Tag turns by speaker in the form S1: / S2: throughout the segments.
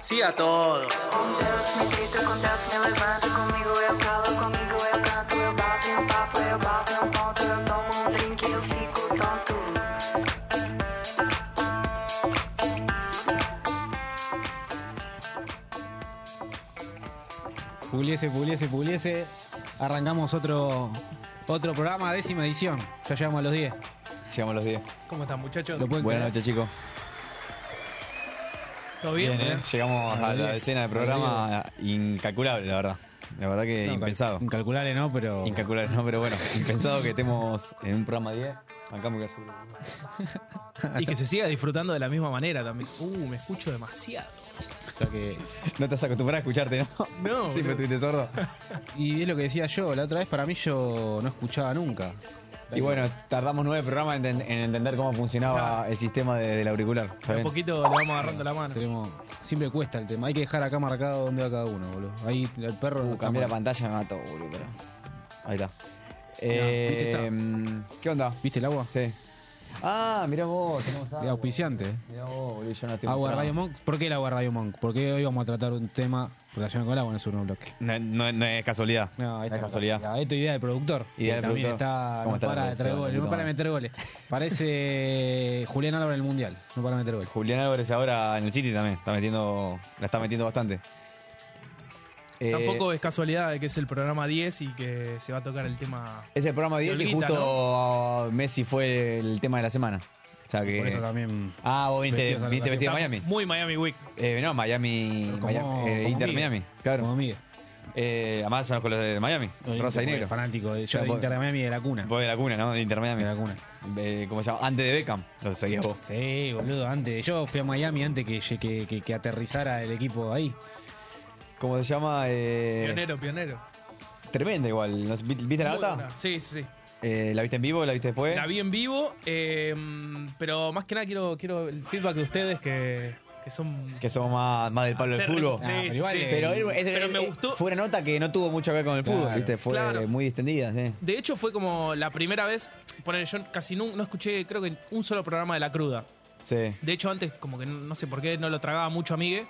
S1: Sí a todo.
S2: Deus me grita com Deus me levanta, comigo eu falo, comigo eu canto, eu bato em um papo, eu bato em um ponto, eu tomo um drink, eu fico tonto.
S3: Puliese, puliese, puliese. Arrancamos otro, otro programa, décima edición. Ya llegamos a los 10.
S4: Llegamos a los 10.
S5: ¿Cómo están, muchachos?
S3: Lo pueden
S4: Buenas
S3: creer.
S4: noches, chicos.
S5: ¿Todo bien?
S4: ¿eh? Llegamos
S3: Buenos
S4: a la
S3: días.
S4: decena de programa incalculable, la verdad. La verdad que
S3: No,
S4: impensado.
S3: cal- Incalculable, ¿no? Pero.
S4: Incalculable, no, pero bueno, impensado que estemos en un programa 10. Acá me voy a subir.
S5: Y que se siga disfrutando de la misma manera también. Uh, me escucho demasiado.
S3: lo que-
S4: No estás acostumbrado a escucharte, ¿no?
S5: No,
S4: Siempre
S5: boludo.
S4: estuviste sordo.
S3: Y es lo que decía yo, la otra vez para mí yo no escuchaba nunca.
S4: Y bueno, tardamos nueve programas en, enten- en entender cómo funcionaba el sistema de- del auricular. ¿Está
S5: De a
S4: bien?
S5: poquito le vamos agarrando la mano.
S3: Tenemos, siempre cuesta el tema. Hay que dejar acá marcado dónde va cada uno, boludo. Ahí el perro.
S4: Uh,
S3: no
S4: cambié la
S3: cámara.
S4: pantalla, me mató, boludo. pero- Ahí está. Eh,
S3: está.
S4: mm, ¿Qué onda?
S3: ¿Viste el agua?
S4: Sí. Ah, mirá vos, tenemos
S3: De
S4: agua.
S3: auspiciante.
S4: Mirá vos, boludo, yo no estoy
S3: Agua
S4: mostrando.
S3: Radio Monk. ¿Por qué el agua Radio Monk? Porque hoy vamos a tratar un tema relacionado con el agua en el segundo bloque.
S4: No, no- no es casualidad.
S3: No, esta
S4: es casualidad.
S3: Esta idea del productor.
S4: Idea
S3: que
S4: del
S3: también
S4: productor.
S3: está.
S4: ¿Cómo
S3: No
S4: está la
S3: para de traer
S4: producción?
S3: goles, no para de meter goles. Parece eh, Julián Álvarez en el mundial. No para de meter goles.
S4: Julián Álvarez ahora en el City también. Está metiendo, la está metiendo bastante. Eh,
S5: Tampoco es casualidad de que es el programa 10 y que se va a tocar el tema.
S4: Es el programa 10 y
S5: Olguita,
S4: justo Messi fue el tema de la semana. O sea que.
S3: Por eso también.
S4: Ah, vos viniste
S3: Vestidos a
S4: viniste
S3: la
S4: vestido, de
S5: Está
S4: Miami.
S5: Muy Miami Week.
S4: Eh, no, Miami.
S3: Pero como-
S4: Miami- eh,
S3: como
S4: Inter
S3: Miguel.
S4: Miami. Claro.
S3: Como Miguel.
S4: Eh, además son los colores de Miami. Rosa y negro.
S3: Fanático. de- Yo
S4: Claro,
S3: de
S4: vos-
S3: Inter de Miami de la cuna.
S4: Vos de la cuna, ¿no? De Inter Miami.
S3: De la cuna.
S4: Eh, ¿Cómo se llama? Antes de Beckham. Lo seguías vos.
S3: Sí, boludo, antes. Yo fui a Miami antes que, que, que- que aterrizara el equipo ahí.
S4: ¿Cómo se llama? Eh,
S5: Pionero, pionero.
S4: Tremenda igual. ¿No? ¿Viste la
S5: Muy
S4: nota?
S5: buena. Sí, sí, sí.
S4: Eh, ¿La viste en vivo? ¿La viste después?
S5: La vi en vivo, eh, pero más que nada quiero, quiero el feedback de ustedes que, que son.
S4: Que somos más, más del palo del
S5: Hacer-
S4: fútbol.
S5: Sí,
S3: Ah,
S5: sí,
S3: pero igual,
S5: sí.
S4: Pero, él- es-
S5: Pero me
S4: eh,
S5: gustó.
S4: Fue una nota que no tuvo mucho que ver con el fútbol,
S3: Claro.
S4: ¿viste? Fue
S5: Claro.
S4: muy extendida, sí.
S5: De hecho, fue como la primera vez. Poner, yo casi no, no escuché, creo que un solo programa de La Cruda.
S4: Sí.
S5: De hecho, antes, como que no, no sé por qué, no lo tragaba mucho a Migue.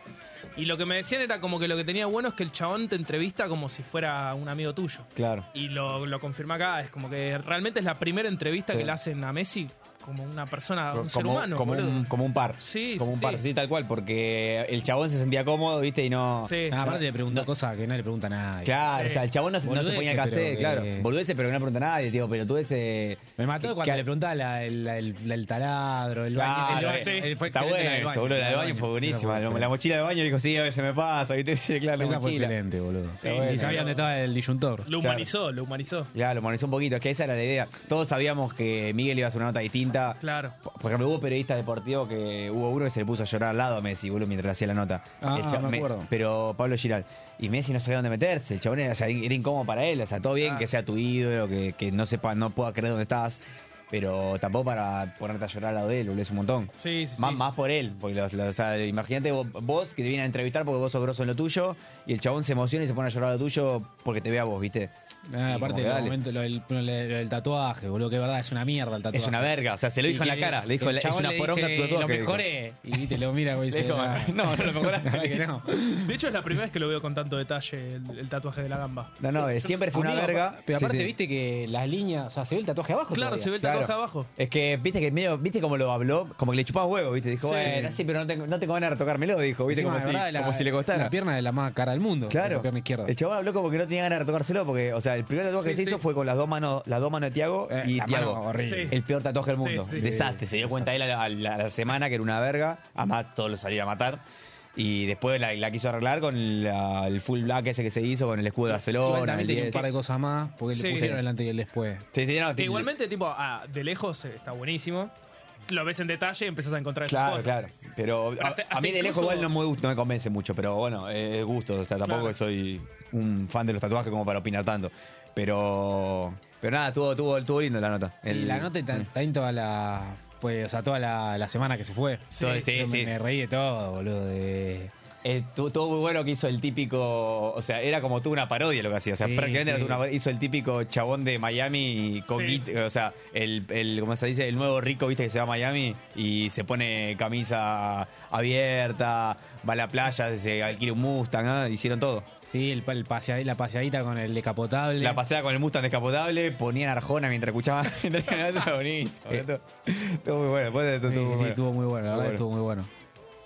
S5: Y lo que me decían era como que lo que tenía bueno es que el chabón te entrevista como si fuera un amigo tuyo.
S4: Claro.
S5: Y lo, lo confirma acá, es como que realmente es la primera entrevista
S4: Sí.
S5: que le hacen a Messi como una persona, un
S4: como,
S5: ser humano.
S4: como,
S5: boludo.
S4: un, como un par.
S5: Sí,
S4: Como
S5: sí,
S4: un par,
S5: sí.
S4: sí, tal cual, porque el chabón se sentía cómodo, ¿viste? Y no.
S5: Sí.
S3: Ah, aparte le preguntó cosas que no le pregunta a nadie.
S4: Claro,
S5: Sí.
S4: o sea, el chabón no, se- no se
S3: Boludeces,
S4: ponía casé,
S3: pero que-
S4: claro. Boludeces, pero que no pregunta a nadie, tío. Pero tú ese.
S3: Me mató cuando le preguntaba la- el, la- el- la- el taladro, el baño.
S4: Claro,
S3: el baño.
S5: sí.
S3: Él fue excelente
S4: Está
S3: en la del
S4: bueno,
S3: baño,
S4: seguro la del baño fue buenísima. La, la mochila del baño dijo, sí, a veces me pasa, ¿viste? Sí, claro, la
S3: Esa fue
S4: mochila.
S3: excelente, boludo.
S5: Sí, sí,
S3: Y
S5: sí.
S3: sabía dónde estaba el disyuntor.
S5: Lo
S4: Claro.
S5: humanizó, lo humanizó.
S4: Claro, lo humanizó un poquito, es que esa era la idea. Todos sabíamos que Miguel iba a hacer una nota distinta.
S5: Claro.
S4: Por por ejemplo, hubo periodistas deportivos que hubo uno que se le puso a llorar al lado a Messi, boludo, mientras le hacía la nota.
S3: Ah,
S4: El chabón-
S3: me acuerdo.
S4: pero Pablo Giral. Y Messi no sabía dónde meterse. El chabón era, o sea, era incómodo para él. O sea, todo
S3: Ah.
S4: bien
S5: Claro.
S4: que sea tu ídolo, que, que no sepa, no pueda creer dónde estás. Pero tampoco para ponerte a llorar al lado de él, boludo, es un montón.
S5: Sí, sí, sí.
S4: Más, más por él. Porque los- los- o sea, imagínate vos, vos que te vienen a entrevistar porque vos sos grosso en lo tuyo y el chabón se emociona y se pone a llorar a lo tuyo porque te vea vos, ¿viste?
S3: Ah,
S4: Y como
S3: aparte, el
S4: que dale.
S3: momento, lo del, lo del- lo del tatuaje, boludo, que es verdad, es una mierda el tatuaje.
S4: Es una verga, o sea, se lo dijo en la cara. Le dijo, es una poronga tu tatuaje.
S3: Lo
S4: dijo.
S3: mejoré. Y te lo mira, güey.
S4: Le dijo, no, no lo mejoraste.
S3: no.
S5: De hecho, es la primera vez que lo veo con tanto detalle el, el tatuaje de la gamba.
S4: No, no, eh, siempre fue una
S3: Amigo,
S4: verga.
S3: Pero
S4: Sí,
S3: aparte,
S4: sí.
S3: viste que las líneas. O sea, se ve el tatuaje abajo.
S5: Claro,
S3: todavía.
S5: se ve el
S4: Claro.
S5: tatuaje abajo.
S4: Es que, viste que medio, viste cómo lo habló, como que le chupaba huevo, viste. Dijo,
S5: Sí.
S4: bueno, sí, pero no tengo, no tengo ganas de retocármelo, dijo, viste,
S3: Encima,
S4: como,
S3: de
S4: si,
S3: verdad, la-
S4: como si le costara.
S3: La pierna de la más cara del mundo.
S4: Claro.
S3: La pierna izquierda.
S4: El chabón habló como que no tenía ganas de retocárselo porque, o sea, el primer tatuaje
S5: Sí,
S4: que se hizo
S5: sí.
S4: fue con las dos manos, las dos manos de Tiago
S3: Eh,
S4: y
S3: la
S4: Tiago.
S3: mano horrible.
S5: Sí.
S4: El peor tatuaje del mundo.
S5: Sí, sí.
S4: Desastre. Se dio cuenta él a la, a la- a la semana que era una verga. Además, todos lo salían a matar. Y después la, la quiso arreglar con la- el full black ese que se hizo, con el escudo de
S3: Igual
S4: Barcelona.
S3: también
S4: el
S3: tiene
S4: 10.
S3: un par de cosas más. Porque
S5: Sí.
S3: le pusieron el antes y el después.
S4: Sí, sí, no,
S5: Que
S4: tiene-
S5: igualmente, tipo, ah, de lejos eh, está buenísimo. Lo ves en detalle y empezás a encontrar esas
S4: Claro,
S5: cosas.
S4: claro. Pero a,
S5: Hasta-
S4: a mí
S5: hasta
S4: de lejos
S5: incluso-
S4: igual no me, gusta, no me convence mucho, pero bueno, eh, es gusto. O sea, tampoco
S5: Claro.
S4: soy un fan de los tatuajes como para opinar tanto. Pero. Pero nada, tuvo, tuvo, tuvo lindo la nota.
S3: Y
S4: El-
S3: la nota está está en toda la. Pues, o sea, toda la, la semana que se fue.
S4: Todo- sí,
S3: Yo me-
S4: sí.
S3: Me reí de todo, boludo. De...
S4: Eh, tu- tuvo muy bueno que hizo el típico. O sea, era como tuvo una parodia lo que hacía. O sea,
S3: Sí,
S4: prácticamente era
S3: sí.
S4: tuvo una- hizo el típico chabón de Miami con
S5: Sí.
S4: guita- O sea, el, el, ¿cómo se dice? El nuevo rico, viste, que se va a Miami y se pone camisa abierta, va a la playa, se alquila un Mustang, ah, hicieron todo.
S3: Sí, el, pa- el pasea- la paseadita con el decapotable.
S4: La pasea con el Mustang descapotable, ponían arjona mientras escuchaban. Estaba buenísimo, boludo. Estuvo muy bueno. después de-
S3: Eh. Sí,
S4: estuvo
S3: sí,
S4: muy
S3: sí,
S4: bueno.
S3: estuvo muy bueno, la verdad
S4: Muy bueno.
S3: estuvo muy bueno.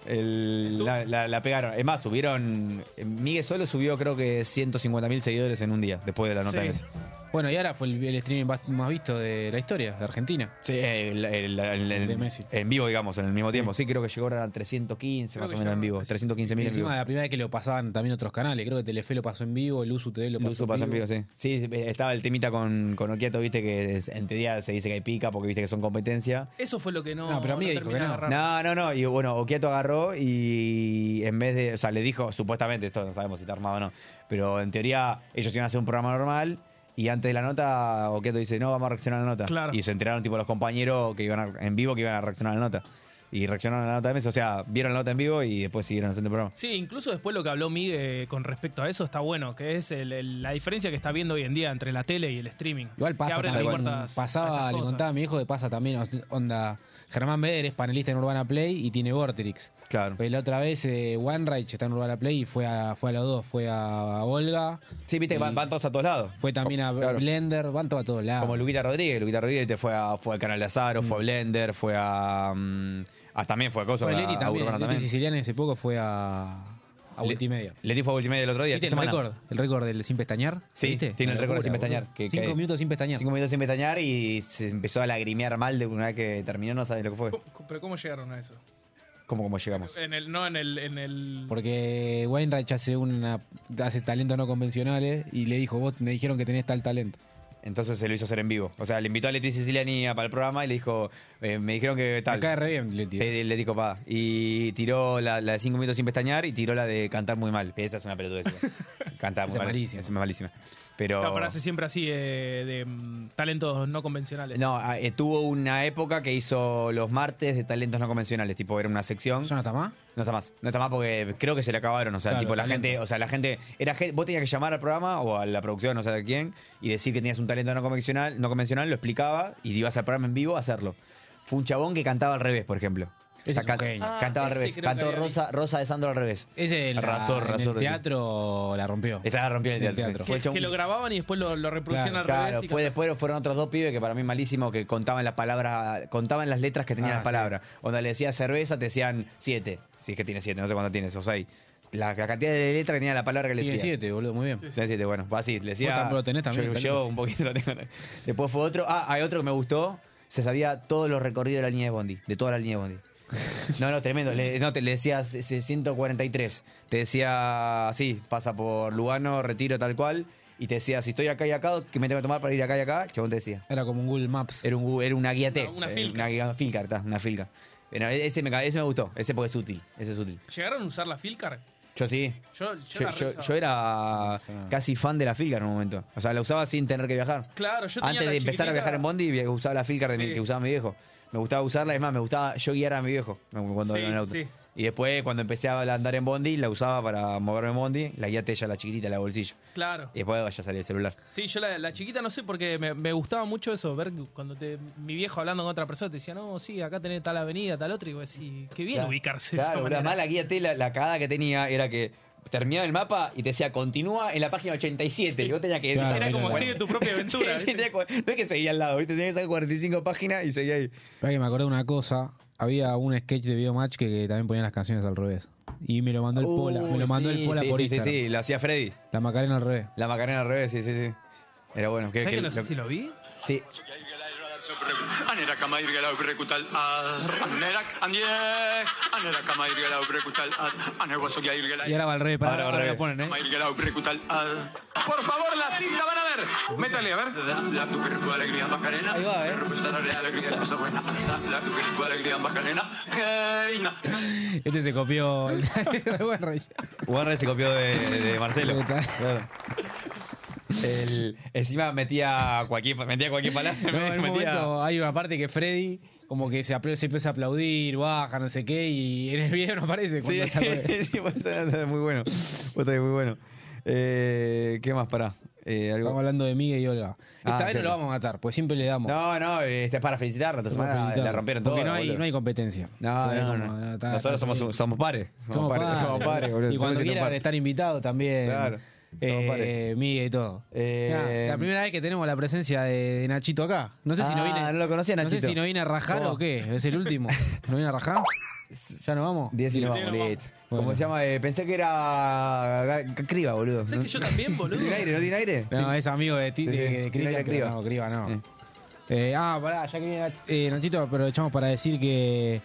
S4: El- la, la- la pegaron. Es más, subieron. Miguel Solo subió, creo que 150 mil seguidores en un día después de la nota.
S5: Sí.
S4: esa.
S3: Bueno, y ahora fue el, el streaming más- más visto de la historia, de Argentina.
S4: Sí, el- el- el-
S3: El de
S4: el-
S3: Messi.
S4: En vivo, digamos, en el mismo tiempo. Sí, creo que llegó ahora a 315
S5: Creo
S4: más
S5: que
S4: o menos en
S5: llegaron
S4: vivo.
S5: a
S4: 315 mil en vivo.
S3: encima, la primera vez que lo pasaban también otros canales. Creo que Telefe lo pasó en vivo, el USU TV lo pasó,
S4: Luzu pasó en vivo, sí. Sí, sí, estaba el temita con, con Occhiato, viste, que es- en teoría se dice que hay pica porque viste que son competencia.
S5: Eso fue lo que no.
S3: No, pero a mí
S5: no
S3: dijo
S5: terminé
S3: que
S5: de
S3: no.
S5: agarrar.
S4: No, no, no. Y bueno, Oquieto agarró y en vez de. O sea, le dijo, supuestamente, esto no sabemos si está armado o no. Pero en teoría, ellos iban a hacer un programa normal. Y antes de la nota, Oquieto dice, no, vamos a reaccionar a la nota.
S5: Claro.
S4: Y se enteraron, tipo, los compañeros que iban a- en vivo que iban a reaccionar a la nota. Y reaccionaron a la nota de Messi. O sea, vieron la nota en vivo y después siguieron haciendo el programa.
S5: Sí, incluso después lo que habló Migue con respecto a eso está bueno, que es el- el- la diferencia que está viendo hoy en día entre la tele y el streaming.
S3: Igual
S5: Que
S3: pasa
S5: abren
S3: también.
S5: las puertas a
S3: Pasaba,
S5: estas
S3: le
S5: cosas.
S3: contaba a mi hijo que pasa también. os- Onda, Germán Beder es panelista en Urbana Play y tiene Vortrix.
S4: Claro.
S3: Pero la otra vez eh, One Reich está en Urbana Play y fue a, fue a los dos. Fue a, a Olga,
S4: Sí, viste, que van, van todos a todos lados.
S3: fue también a
S4: Oh, Claro.
S3: Blender, van todos a todos lados.
S4: Como Luquita Rodríguez. Luquita Rodríguez te fue, a, fue al canal de Azaro, fue a Blender, fue a. mm, a- también fue a cosas.
S3: Mm. Fue Leti
S4: a- a
S3: también.
S4: Urbana
S3: Leti Siciliani hace poco fue a, a
S4: Le-
S3: Multimedia.
S4: Leti fue a Multimedia el otro día.
S3: ¿Viste
S4: esta
S3: el
S4: semana.
S3: récord? El récord del sin pestañear.
S4: Sí,
S3: ¿Viste?
S4: tiene el
S3: Una
S4: récord
S3: locura,
S4: sin pestañear,
S3: boludo.
S4: que-
S3: cinco
S4: que-
S3: minutos sin pestañear.
S4: Cinco minutos sin pestañear y se empezó a lagrimear mal de una vez que terminó, no sabes lo que fue.
S5: ¿Cómo- ¿Pero cómo llegaron a eso?
S4: ¿Cómo, cómo llegamos?
S5: En el, no, en el... En el...
S3: Porque Wainwright hace una hace talentos no convencionales y le dijo, vos me dijeron que tenés tal talento.
S4: Entonces se lo hizo hacer en vivo. O sea, le invitó a Leti Siciliani a- para el programa y le dijo, eh, me dijeron que
S3: Acá
S4: tal.
S3: cae re bien, Leti.
S4: Sí, le dijo pa. Y tiró la, la de cinco minutos sin pestañear y tiró la de cantar muy mal. Esa es una pelotudez. cantar muy
S3: Esa es
S4: mal.
S3: malísima.
S4: Esa es malísima. Pero...
S5: La frase siempre así eh, de mm, talentos no convencionales.
S4: No, ah, eh, tuvo una época que hizo los martes de talentos no convencionales. Tipo, era una sección.
S3: ¿Ya no está más?
S4: No está más, no está más porque creo que se le acabaron, o sea,
S3: Claro,
S4: tipo la
S3: talento.
S4: gente, o sea, la gente, era gen- vos tenías que llamar al programa o a la producción, no sé a quién, y decir que tenías un talento no convencional, no convencional, lo explicaba y ibas al programa en vivo a hacerlo. Fue un chabón que cantaba al revés, por ejemplo.
S3: Ese es un
S4: can-
S3: genio.
S4: Cantaba al
S5: Ah, ese
S4: revés,
S5: creo
S4: cantó
S5: que había
S4: Rosa, Rosa de Sandro al revés.
S3: Ese en la-
S4: Arrasó,
S3: en
S4: arrasó,
S3: el teatro la rompió.
S4: Esa la rompió en el
S3: En el
S4: teatro.
S3: teatro.
S4: Fue
S5: que,
S4: el chabón-
S5: que lo grababan y después lo, lo reproducían al
S4: Claro,
S5: revés. y
S4: fue
S5: cantaban.
S4: después fueron otros dos pibes que para mí malísimo que contaban las palabras, contaban las letras que tenían
S3: Ah,
S4: las palabras. Onda le decía cerveza, te decían siete. Si es que tiene siete, no sé cuántas tienes, o seis. La, la cantidad de letras que tenía la palabra que le
S3: Tiene
S4: decía.
S3: siete, boludo, muy bien.
S4: Tiene siete, bueno, fue así, le
S3: Vos
S4: decía.
S3: tampoco lo tenés también,
S4: yo,
S3: Carlito.
S4: yo un poquito lo tengo. Después fue otro. Ah, hay otro que me gustó. Se sabía todos los recorridos de la línea de Bondi, de toda la línea de Bondi. No, no, tremendo. Le, no, te le decía c- c- 143. Te decía, sí, pasa por Lugano, retiro tal cual. Y te decía, si estoy acá y acá, que me tengo que tomar para ir acá y acá? Chabón te decía.
S3: Era como un Google Maps.
S4: Era, un, gu- era una guía T.
S5: Una- una
S4: eh,
S5: filca.
S4: Una, guía- filca, está, una filca. Era- ese, me, ca- ese me gustó. Ese porque es útil. Ese es útil.
S5: ¿Llegaron a usar la Filcar?
S4: Yo sí.
S5: Yo, yo,
S4: Yo,
S5: la
S4: yo-
S5: reusaba.
S4: yo era casi fan de la Filcar en un momento. O sea, la usaba sin tener que viajar.
S5: Claro, yo tenía
S4: Antes
S5: la
S4: de empezar a
S5: chiquitita-
S4: viajar en Bondi, vi- usaba la Filcar de mi-
S5: Sí.
S4: que usaba mi viejo. Me gustaba usarla, es más, me gustaba yo guiar a mi viejo cuando
S5: Sí,
S4: iba en el auto.
S5: sí.
S4: Y después, cuando empecé a andar en Bondi, la usaba para moverme en Bondi, la guía ella, la chiquitita, la de bolsillo.
S5: Claro.
S4: Y después ya salía el celular.
S5: Sí, yo la, la chiquita no sé porque me, me gustaba mucho eso, ver cuando te, mi viejo hablando con otra persona te decía, no, sí, acá tenés tal avenida, tal otra, y vos decís, qué bien
S4: Claro.
S5: ubicarse de esa
S4: Claro,
S5: manera.
S4: además la guía T, la, la cagada que tenía era que terminaba el mapa y te decía, continúa en la página 87. Y vos tenías que...
S3: Claro,
S5: Era
S3: claro,
S5: como
S3: claro.
S5: sigue tu propia
S4: Sí,
S5: aventura.
S4: sí,
S5: ¿viste?
S4: tenía cua- no es que seguía al lado, ¿viste? tenías que sacar 45 páginas y seguía ahí.
S3: Para que me acordé de una cosa, había un sketch de Videomatch que, que también ponían las canciones al revés. Y me lo mandó el Pola, me lo
S4: Uh,
S3: mandó
S4: sí,
S3: el Pola
S4: sí,
S3: por
S4: sí, sí,
S3: Instagram.
S4: sí, lo hacía Freddy.
S3: La Macarena al revés.
S4: La Macarena al revés, sí, sí, sí. Era bueno. que-
S5: ¿Sabés
S4: que
S5: que no
S4: lo-
S5: sé si lo vi?
S4: sí.
S6: Anerak amairgela aurrekutal ad. Anerak handie. Anerak amairgela aurrekutal ad. Aneguazokia irgela.
S3: Y ahora va al revés, pará,
S4: Ahora va al
S3: ahora
S4: revés.
S3: lo ponen, ¿eh?
S6: Amairgela aurrekutal ad.
S7: Por favor, la cinta van a ver. Métale, a ver.
S6: Da la tu cuerpo alegría Macarena.
S3: Ahí va, eh.
S6: Representa la alegría cosa buena. Da la tu cuerpo alegría Macarena. Hey, na.
S3: Este se copió el de Werrey.
S4: Warren se copió de, de Marcelo.
S3: Puta.
S4: Claro. El- encima metía cualquier, metía cualquier palabra.
S3: No, en un
S4: metía-
S3: momento hay una parte que Freddy como que se, apl- se empieza a aplaudir, baja, no sé qué, y en el video no aparece.
S4: Sí,
S3: cuando está con-
S4: sí, vos estás- estás muy bueno. Vos estás muy bueno. Eh, ¿Qué más? Pará. Eh, algo-
S3: Estamos hablando de Miguel y Olga. Esta
S4: Ah,
S3: vez
S4: cierto.
S3: no lo vamos a matar, pues siempre le damos.
S4: No, no, eh, este es para felicitarla. Esta
S3: Somos
S4: semana la
S3: felicitados.
S4: rompieron
S3: Porque
S4: todos.
S3: no hay, no hay competencia.
S4: No,
S3: Sabemos,
S4: no, no.
S3: no, está-
S4: Nosotros
S3: está-
S4: somos, somos pares.
S3: Somos padres.
S4: Somos pares, boludo.
S3: Y cuando
S4: Somos
S3: quieran
S4: pares.
S3: estar invitados también.
S4: Claro, somos
S3: Eh,
S4: pares.
S3: Miguel y todo.
S4: Eh,
S3: Nada, la primera vez que tenemos la presencia de, de Nachito acá. No sé si no
S4: Ah,
S3: viene.
S4: no lo conocía,
S3: No sé
S4: Nachito. Oh.
S3: si no viene a rajar
S4: ¿Cómo?
S3: o qué. Es el último. ¿No viene a rajar? ¿Ya nos vamos?
S4: Diez y nos
S5: Sí,
S4: vamos,
S5: nos vamos.
S4: listo.
S3: Bueno.
S4: ¿Cómo se llama? Eh, pensé que era Ga- Criba, boludo.
S5: ¿Sabes que yo también,
S4: ¿No
S5: boludo?
S4: tiene aire? ¿No tiene aire?
S3: No, es amigo de ti,
S4: Sí,
S3: de,
S4: sí.
S3: de Cristian,
S4: Cristian
S3: pero
S4: Criba.
S3: No, Criba no.
S4: Sí.
S3: Eh, ah, pará, ya que viene Nach- eh, Nachito, aprovechamos para decir que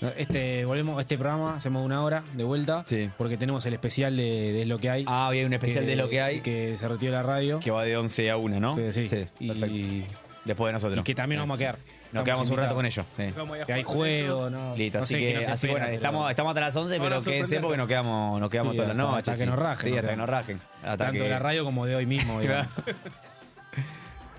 S3: no, este volvemos este programa, hacemos una hora de vuelta,
S4: Sí.
S3: porque tenemos el especial de, de Es lo que hay.
S4: Ah, hoy hay un especial de lo que hay que,
S3: Que se retiró la radio.
S4: va de 11 a 1, ¿no?
S3: Sí, sí. Y-
S4: perfecto. Después de nosotros.
S3: Y que también nos vamos a quedar.
S4: Nos quedamos un rato con
S3: ellos.
S4: ellos. sí.
S5: Vamos a ir a
S3: Que hay
S5: jugar con
S3: juego,
S5: ellos.
S3: ¿no?
S4: Listo,
S3: no
S4: así
S3: sé qué
S4: que,
S3: nos
S4: así que
S3: espera,
S4: bueno,
S3: pero-
S4: estamos, estamos hasta las 11,
S5: Ahora
S4: pero quédense
S5: sorprendente.
S4: porque nos quedamos, nos quedamos
S3: Sí,
S4: toda la
S3: hasta-
S4: noche.
S3: hasta que
S4: sí.
S3: nos rajen,
S4: Sí,
S3: nos
S4: hasta que
S3: quedamos.
S4: nos rajen. Hasta
S3: Tanto
S4: que-
S3: de la radio como de hoy mismo.
S4: Claro.
S3: digamos.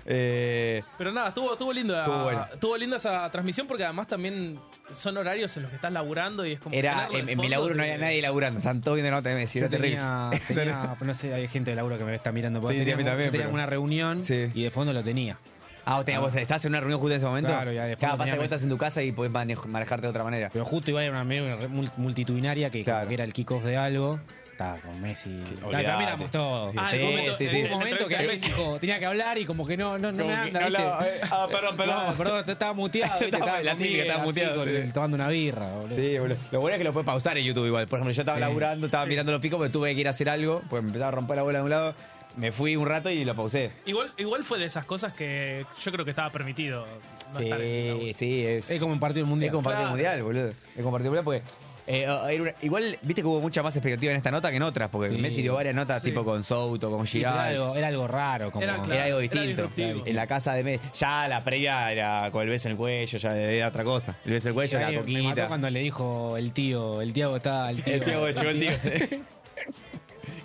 S4: Eh,
S5: Pero nada, estuvo, estuvo linda.
S4: Estuvo bueno.
S5: estuvo linda esa transmisión porque además también son horarios en los que estás laburando y es como.
S4: era,
S5: tenerlo
S4: en,
S5: de
S4: en mi
S5: fondo
S4: laburo no
S5: te-
S4: había nadie laburando, están todos viendo nota de Messi,
S3: Yo
S4: era terrible.
S3: tenía, tenía- no sé, hay gente de Laura que me está mirando. por ahí.
S4: Sí, a mí
S3: Teníamos-
S4: también,
S3: yo tenía
S4: pero-
S3: una reunión
S4: Sí.
S3: y de fondo lo tenía.
S4: Ah, vos, tenías- vos estás en una reunión justo en ese momento.
S3: Claro, ya de fondo
S4: Claro, pasa
S3: tenía
S4: que vos
S3: Messi.
S4: estás en tu casa y podés manej- manejarte de otra manera.
S3: Pero justo iba a ir a una reunión mul- multitudinaria que,
S4: Claro.
S3: que era el kickoff de algo. Estaba con Messi. Ta-
S4: olvidate.
S3: También éramos todos.
S5: Ah, el
S4: Sí,
S5: momento,
S4: sí,
S5: el-
S4: sí.
S5: el-
S3: Hubo un momento que
S5: la
S3: Messi
S5: entrevista de Messi.
S3: dijo, tenía que hablar y como que no, no, no me
S4: Como que
S3: anda,
S4: no
S3: ¿viste?
S4: hablaba, eh, ah, perdón, perdón.
S3: No, perdón, estaba muteado, ¿viste?
S4: Estaba-
S3: Estaba
S4: la
S3: conmigo,
S4: típica, estaba
S3: así,
S4: muteado,
S3: con-
S4: sí.
S3: tomando una birra, boludo.
S4: Sí, boludo. Lo bueno es que lo puedes pausar en YouTube igual. Por ejemplo, yo estaba laburando, estaba mirando los picos, pero tuve que ir a hacer algo, pues me empezaba a romper la bola de un lado. Me fui un rato y lo pausé.
S5: Igual, igual fue de esas cosas que yo creo que estaba permitido. no estar en el laburo.
S4: Sí, sí, es.
S3: Es como un partido del mundial.
S4: Es compartido
S5: Claro.
S4: mundial, boludo. Es compartido mundial porque. eh, ah, era una- igual, viste que hubo mucha más expectativa en esta nota que en otras, porque
S3: Sí.
S4: Messi dio varias notas,
S5: Sí.
S4: tipo con Souto, con
S3: Sí, pero Era
S4: Giral.
S3: algo, era algo raro. Como,
S5: Era claro.
S4: Era algo
S5: era
S4: distinto.
S5: disruptivo.
S4: en la casa de Messi. Ya la previa era con el beso en el cuello, ya era otra cosa. El beso en el cuello,
S3: Ay,
S4: la
S3: me mató
S4: coquita.
S3: cuando le dijo el tío, el Tiago está, el tío.
S4: El tío, llegó el tío.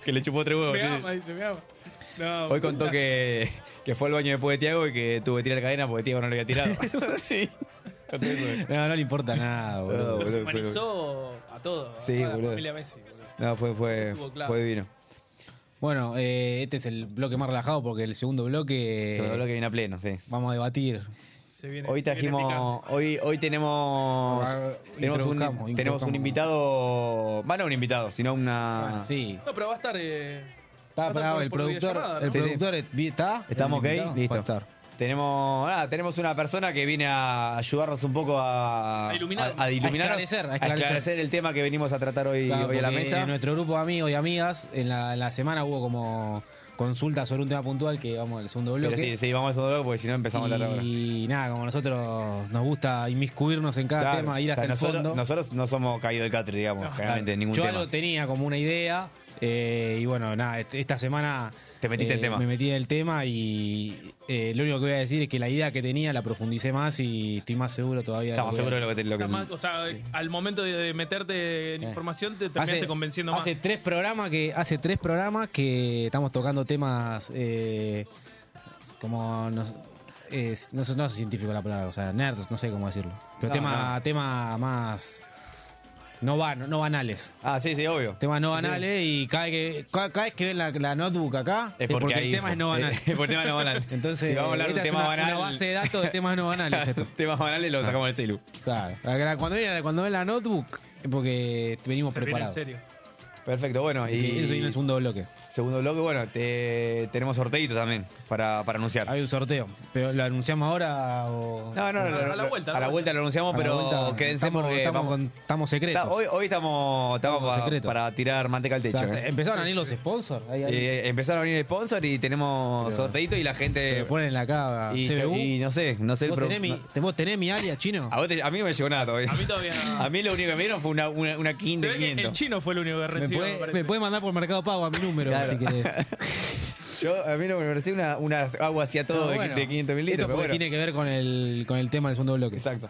S4: que le chupó tres huevos.
S5: Me ama, dice, me ama. No,
S4: Hoy contó
S5: puta.
S4: que, que fue al baño después de Tiago y que tuvo que tirar la cadena porque Tiago no le había tirado. sí. Contó eso.
S3: No, no le importa nada, boludo.
S4: No,
S5: Los
S4: boludo,
S5: humanizó a todos.
S4: Sí,
S5: a
S4: boludo.
S5: la familia Messi, boludo.
S4: No, fue, fue,
S5: Estuvo claro.
S4: fue divino.
S3: Bueno, eh, este es el bloque más relajado porque el segundo bloque,
S4: Se me habló que viene a pleno, sí.
S3: vamos a debatir.
S5: Se viene-
S4: Eh, Hoy
S5: se viene
S4: trajimos, hoy, hoy tenemos,
S3: Ah,
S4: tenemos,
S3: introduzcamos,
S4: un, tenemos un
S3: introduzcamos.
S4: invitado, va no un invitado, sino una...
S3: Sí.
S5: picante. No, pero va a estar. eh, va a
S3: Está
S5: estar
S3: parado
S5: por-
S3: el
S5: por
S3: productor.
S5: videollamada, ¿no?
S3: El
S4: Sí, sí.
S3: productor es- está.
S4: ¿Estamos
S3: ¿El
S4: ok?
S3: invitado? Va a
S4: Listo.
S3: estar.
S4: Tenemos, nada, tenemos una persona que viene a ayudarnos un poco a,
S5: A iluminar.
S4: a, a iluminarnos,
S3: A esclarecer, a
S4: a
S3: esclarecer.
S4: esclarecer el tema que venimos a tratar hoy,
S3: Claro,
S4: hoy a la
S3: porque
S4: mesa.
S3: En nuestro grupo de amigos y amigas, en la, en la semana hubo como consultas sobre un tema puntual que vamos al segundo
S4: Pero
S3: bloque.
S4: sí, sí, vamos a segundo bloque porque si no empezamos a hablar ahora.
S3: y nada, como nosotros nos gusta inmiscuirnos en cada
S4: Claro,
S3: tema, ir
S4: o sea,
S3: hasta el
S4: nosotros,
S3: fondo.
S4: Nosotros no somos caídos del catre, digamos, generalmente, en ningún
S3: Yo
S4: tema.
S3: algo tenía como una idea eh, y bueno, nada, est- esta semana...
S4: Te metiste
S3: eh,
S4: en el tema.
S3: Me metí en el tema y eh, lo único que voy a decir es que la idea que tenía la profundicé más y estoy más seguro todavía. de lo
S4: Estamos
S3: que voy a
S4: seguros de lo que... te- Lo que
S5: Está más- o sea, al momento de, de meterte en
S3: Eh.
S5: información, te terminaste convenciendo más.
S3: hace tres programas que hace tres programas que estamos tocando temas eh, como no, es- no, sé- no sé científico la palabra o sea nerds no sé cómo decirlo pero
S4: No,
S3: tema tema más no van no banales
S4: ah, sí, sí, obvio.
S3: temas no banales y cada vez que cada, cada vez que ven la, la notebook acá es Eh, porque,
S4: hay
S3: el tema
S4: info.
S3: es no banal
S4: Es porque el tema es no banal.
S3: entonces
S4: eh, si vamos a hablar de un
S3: esta es
S4: tema
S3: una,
S4: banal.
S3: una base de Ah. datos de temas no banales esto.
S4: temas banales lo sacamos del celu.
S3: claro cuando ven, cuando ven la notebook es porque venimos
S5: Se viene en
S3: preparados
S5: serio.
S4: Perfecto, bueno, y.
S3: Eso viene el segundo bloque.
S4: Segundo bloque, bueno, te- tenemos sorteito también para, para anunciar.
S3: Hay un sorteo. ¿Pero lo anunciamos ahora o.?
S4: No, no, no,
S5: A la-
S4: no,
S5: a la
S4: no,
S5: vuelta, a
S4: A
S5: la
S4: la vuelta lo anunciamos,
S3: A la
S4: pero
S3: vuelta,
S4: quédense
S3: estamos,
S4: porque
S3: estamos,
S4: vamos-
S3: con- estamos secretos.
S4: Está- hoy, hoy estamos, estamos
S3: Estamos
S4: para,
S3: secretos.
S4: para tirar manteca
S3: O
S4: al techo.
S3: sea,
S4: ¿eh?
S3: empezaron a venir los sponsors. Ahí, ahí.
S4: Eh, empezaron a venir sponsor y tenemos
S3: Pero-
S4: sorteito y la gente.
S3: Pero ponen la cara
S4: y,
S3: CBU.
S4: y no sé, no Ah, sé el
S8: ¿Vos
S4: pro-
S8: tenés, mi, te- ¿Vos tenés mi área, chino?
S4: A, vos te- a mí no me llegó nada todavía.
S5: A mí todavía no.
S4: A mí lo único que me dieron fue una, una, una King
S5: Se
S4: de
S5: ve que el
S4: 500.
S5: chino fue el único que
S3: me,
S5: recibió. me
S3: puede,
S5: parece.
S3: me puede mandar por Mercado Pago a mi número
S4: Claro.
S3: si querés.
S4: Yo, a mí no me merecí una, una agua hacia todo
S8: No,
S4: de,
S8: bueno.
S4: de 500 mil litros.
S3: Esto
S4: Pero
S3: porque
S4: bueno,
S3: tiene que ver con el, con el tema del segundo bloque.
S4: Exacto.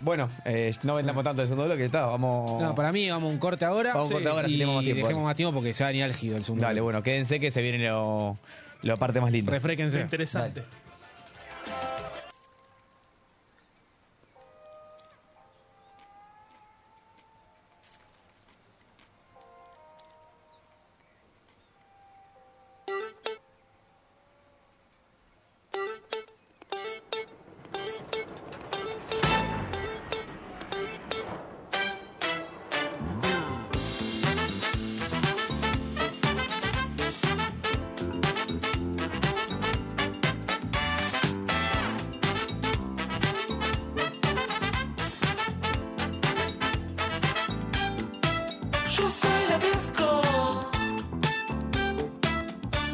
S4: Bueno, eh, no vendamos tanto el segundo bloque, está, vamos.
S3: No, para mí vamos a un corte ahora.
S4: Vamos a un corte ahora,
S3: y
S4: si tenemos tiempo,
S3: dejemos
S4: dale.
S3: más tiempo porque se va a venir álgido el segundo.
S4: Dale,
S3: bloque.
S4: bueno, quédense que se viene lo, la parte más linda.
S3: Refréquense.
S5: Este- Interesante.
S9: Yo soy la disco.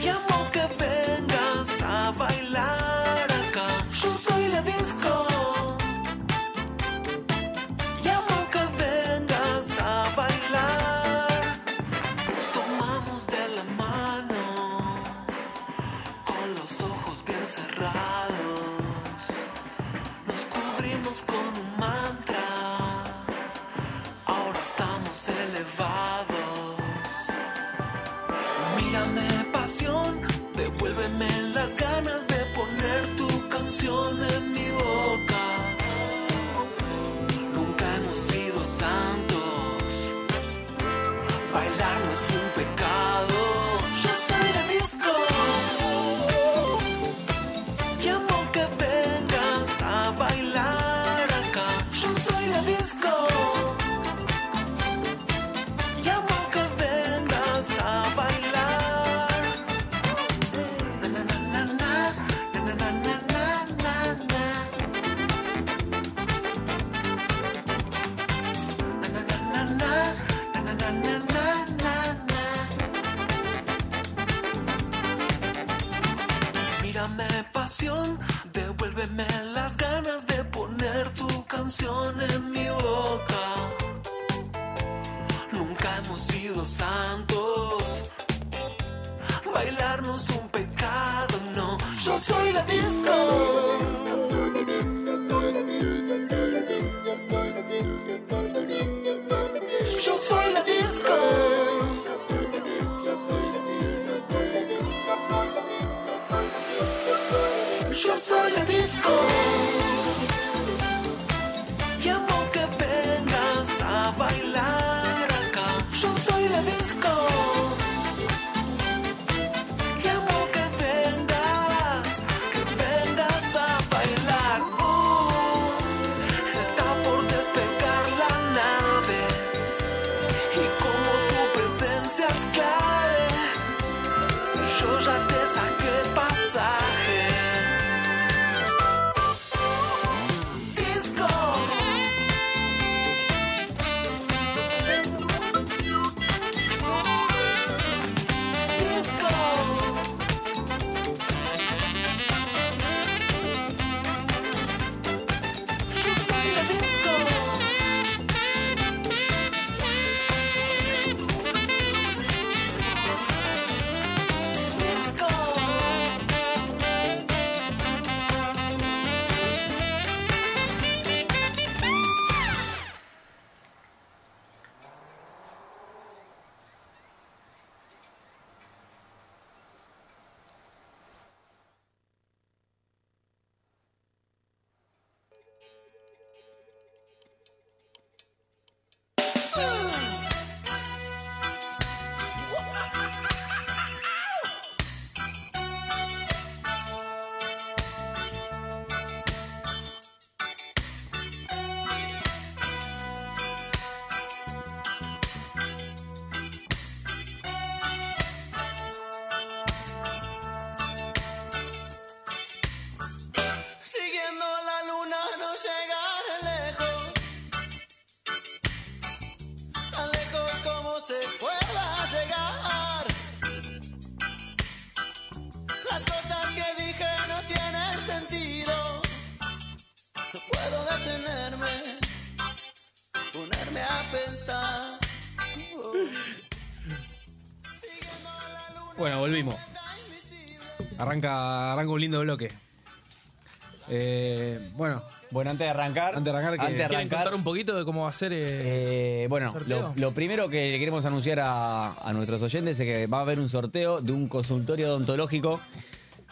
S9: Llamo que vengas a bailar acá. Yo soy la disco. Llamo que vengas a bailar. Nos tomamos de la mano. Con los ojos bien cerrados. Nos cubrimos con un mantra. Ahora estamos elevados. Mírame pasión, devuélveme las ganas de poner tu canción en mi boca. Nunca hemos sido santos. Bailar no es un pecado. Yo soy la disco. Llamo que vengas a bailar acá. Yo soy la disco. Llamo que vengas a bailar. Na, na, na, na, na, na, na, na, na, na. Na, na, na, na, na, na, na, na, na. Mírame pasión, devuélveme las ganas de poner tu canción en mi boca. Nunca hemos sido santos. Bailarnos un pecado, no. Yo soy la disco. Yo soy la disco. Yo soy la disco. Llamo que vengas a bailar acá. Yo soy la disco. Llamo que vengas, que vengas a bailar. Uh, está por despegar la nave. Y como tu presencia es clave, yo ya te saqué pasaje. Las cosas que dije no tienen sentido. No puedo detenerme, ponerme a pensar. Oh. Siguiendo la luna
S3: Bueno, volvimos.
S9: invisible.
S3: Arranca, arranca un lindo bloque. Eh, bueno,
S4: Bueno, antes de arrancar.
S3: Antes de arrancar, que-
S4: antes de
S3: ¿Quieren
S5: ¿Quieren
S4: arrancar,
S5: contar un poquito de cómo va a ser? eh,
S4: Eh, bueno,
S5: ¿Sorteo?
S4: lo, lo primero que le queremos anunciar a, a nuestros oyentes es que va a haber un sorteo de un consultorio odontológico.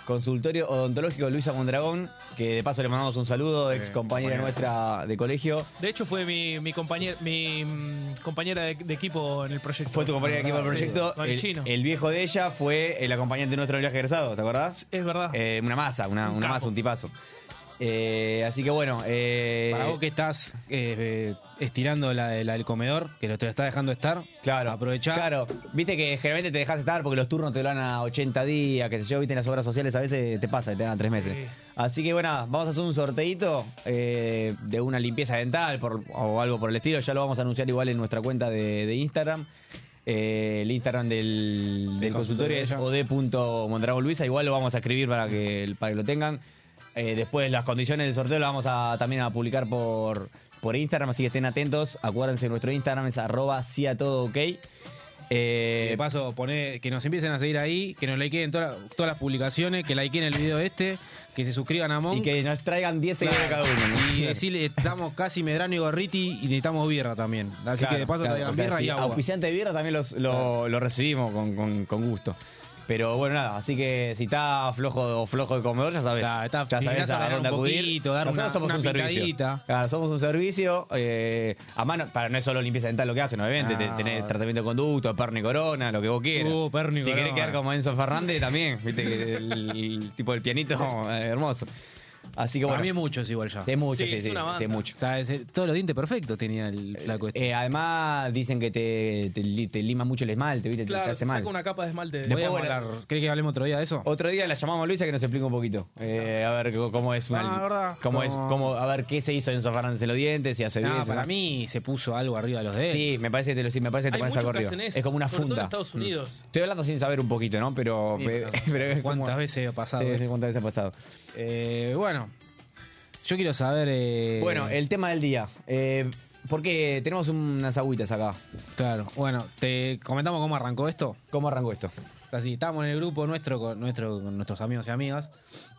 S4: Consultorio odontológico Luisa Mondragón, que de paso le mandamos un saludo, ex compañera nuestra de colegio.
S5: De hecho, fue mi, mi, compañer- mi mm, compañera de, de equipo en el proyecto. Ah,
S4: Fue tu compañera de equipo
S3: Ah,
S4: del
S5: Sí,
S4: proyecto.
S5: con el, chino.
S4: el viejo de ella fue el acompañante de nuestro viaje egresado, ¿te acordás?
S5: es verdad.
S4: Eh, una masa, una,
S5: Ah. Un
S4: una
S5: capo.
S4: masa, un tipazo. Eh, así que bueno. eh,
S3: para vos que estás eh, eh, estirando la, de- la del comedor, que lo te lo está dejando estar,
S4: Claro.
S3: aprovechá.
S4: Claro. Viste que generalmente te dejas estar porque los turnos te lo dan a 80 días, que sé yo, viste en las obras sociales a veces te pasa, que te dan a 3 meses.
S5: Sí.
S4: Así que bueno, vamos a hacer un sorteito eh, de una limpieza dental por- o algo por el estilo. Ya lo vamos a anunciar igual en nuestra cuenta de, de Instagram. Eh, el Instagram del, del consultorio
S3: consultorio
S4: es
S3: de
S4: od.mondragón Luisa. Igual lo vamos a escribir para que, para que lo tengan. Eh, después las condiciones del sorteo las vamos a también a publicar por, por Instagram, así que estén atentos. Acuérdense, nuestro Instagram es arroba sí a todo ok. Eh,
S3: De paso, poné, que nos empiecen a seguir ahí, que nos likeen toda- todas las publicaciones, que likeen el video este, que se suscriban a Monk.
S4: y que nos traigan 10 seguidores
S3: Claro.
S4: cada uno. ¿no?
S3: Y decirle, estamos casi Medrano y Gorriti y necesitamos birra también. Así
S4: Claro,
S3: que de paso
S4: claro,
S3: traigan
S4: o sea,
S3: birra
S4: sí,
S3: y agua.
S4: Auspiciante de birra también los, lo, lo recibimos con, con- con gusto. Pero bueno, nada, así que si está flojo o flojo de comedor, ya sabes.
S3: Está- está-
S4: ya sabes
S3: mirás a
S4: a
S3: ganar
S4: dónde
S3: un
S4: acudir.
S3: poquito, dar
S4: Nosotros
S3: una-
S4: somos
S3: una
S4: un servicio.
S3: picadita.
S4: Claro, somos un servicio. eh, a mano, para no es solo limpieza dental lo que hacen, obviamente. te-
S3: Ah.
S4: tenés tratamiento de conducto, perni corona, lo que vos quieras.
S3: Uh, perno y
S4: si querés
S3: corona.
S4: quedar como Enzo Fernández, también. Viste que el, el tipo del pianito, eh, hermoso. Así que
S3: Para
S4: bueno.
S3: mí muchos igual ya.
S4: es mucho,
S5: Sí,
S4: sí,
S5: es
S4: sí,
S5: una
S4: sí,
S5: banda.
S4: mucho.
S3: O sea, es- todos los dientes perfectos tenía el flaco este.
S4: Eh, además dicen que te, te, li- te lima mucho el esmalte, ¿viste? Te- te
S5: claro,
S4: hace
S5: saca
S4: mal.
S5: una capa de esmalte.
S3: Voy a
S4: bueno.
S3: hablar. ¿Crees que hablemos otro día de eso?
S4: Otro día la llamamos a Luisa que nos explique un poquito. Eh, a ver c- cómo es una-
S3: Ah, verdad.
S4: Cómo
S3: No.
S4: es, cómo, a ver qué se hizo en Fernández en los dientes, si hace
S3: No,
S4: bien. si
S3: para
S4: no.
S3: mí se puso algo arriba de los dedos.
S4: Sí, me parece que te lo sí, me parece que te
S5: eh. Hay
S4: pones
S5: muchos
S4: algo
S5: que
S4: arriba.
S5: hacen eso,
S4: Es como una
S5: sobre todo en
S4: funda.
S5: Estados Unidos.
S4: Mm. Estoy hablando sin saber un poquito, ¿no? Pero,
S3: Sí,
S4: pero,
S3: pero
S4: es como-
S3: ¿Cuántas veces ha pasado?
S4: Sí, sí,
S3: eso?
S4: cuántas veces ha pasado?
S3: Eh, bueno, yo quiero saber. eh,
S4: Bueno, el tema del día. Eh, porque tenemos unas agüitas acá.
S3: Claro, bueno, te comentamos cómo arrancó esto.
S4: ¿Cómo arrancó esto?
S3: Así, estábamos en el grupo nuestro con, nuestro, con nuestros amigos y amigas.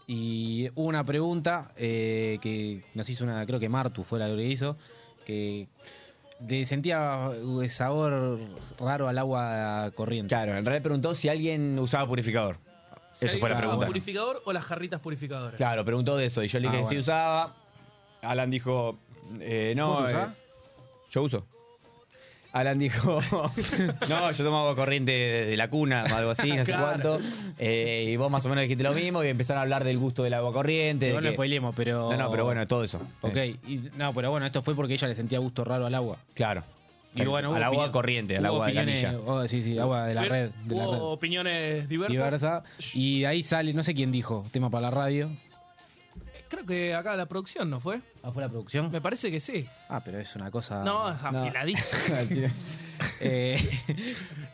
S3: Y hubo una pregunta eh, que nos hizo una, creo que Martu fue la que hizo, que le sentía eh, sabor raro al agua corriente.
S4: Claro, en realidad preguntó si alguien usaba purificador.
S5: Si
S4: Eso
S5: hay
S4: fue la
S5: un
S4: pregunta.
S5: purificador o las jarritas purificadoras?
S4: Claro, preguntó de eso y yo le
S3: Ah,
S4: dije si
S3: bueno.
S4: usaba. Alan dijo, eh, no.
S3: ¿Vos usás?
S4: eh, yo uso. Alan dijo, no, yo tomo agua corriente de, de la cuna o algo así, no
S5: Claro.
S4: sé cuánto. Eh, y vos más o menos dijiste lo mismo y empezaron a hablar del gusto del agua corriente. de
S3: Igual no
S4: que-
S3: spoilemos, pero.
S4: no, no, pero bueno, todo eso.
S3: Ok,
S4: Eh,
S3: y- no, pero bueno, esto fue porque ella le sentía gusto raro al agua.
S4: claro.
S3: Y bueno, hubo
S4: al agua
S3: opinión-
S4: corriente, al
S3: hubo
S4: agua de
S3: opiniones-
S4: canilla.
S3: oh, sí, sí, agua de la red. De la
S5: Hubo
S3: red.
S5: opiniones diversas.
S3: Diversa. Y ahí sale, no sé quién dijo, tema para la radio.
S5: Creo que acá la producción, ¿no fue?
S3: Ah, fue la producción.
S5: Me parece que sí.
S3: Ah, pero es una cosa.
S5: No, es afiladísimo.
S3: Eh,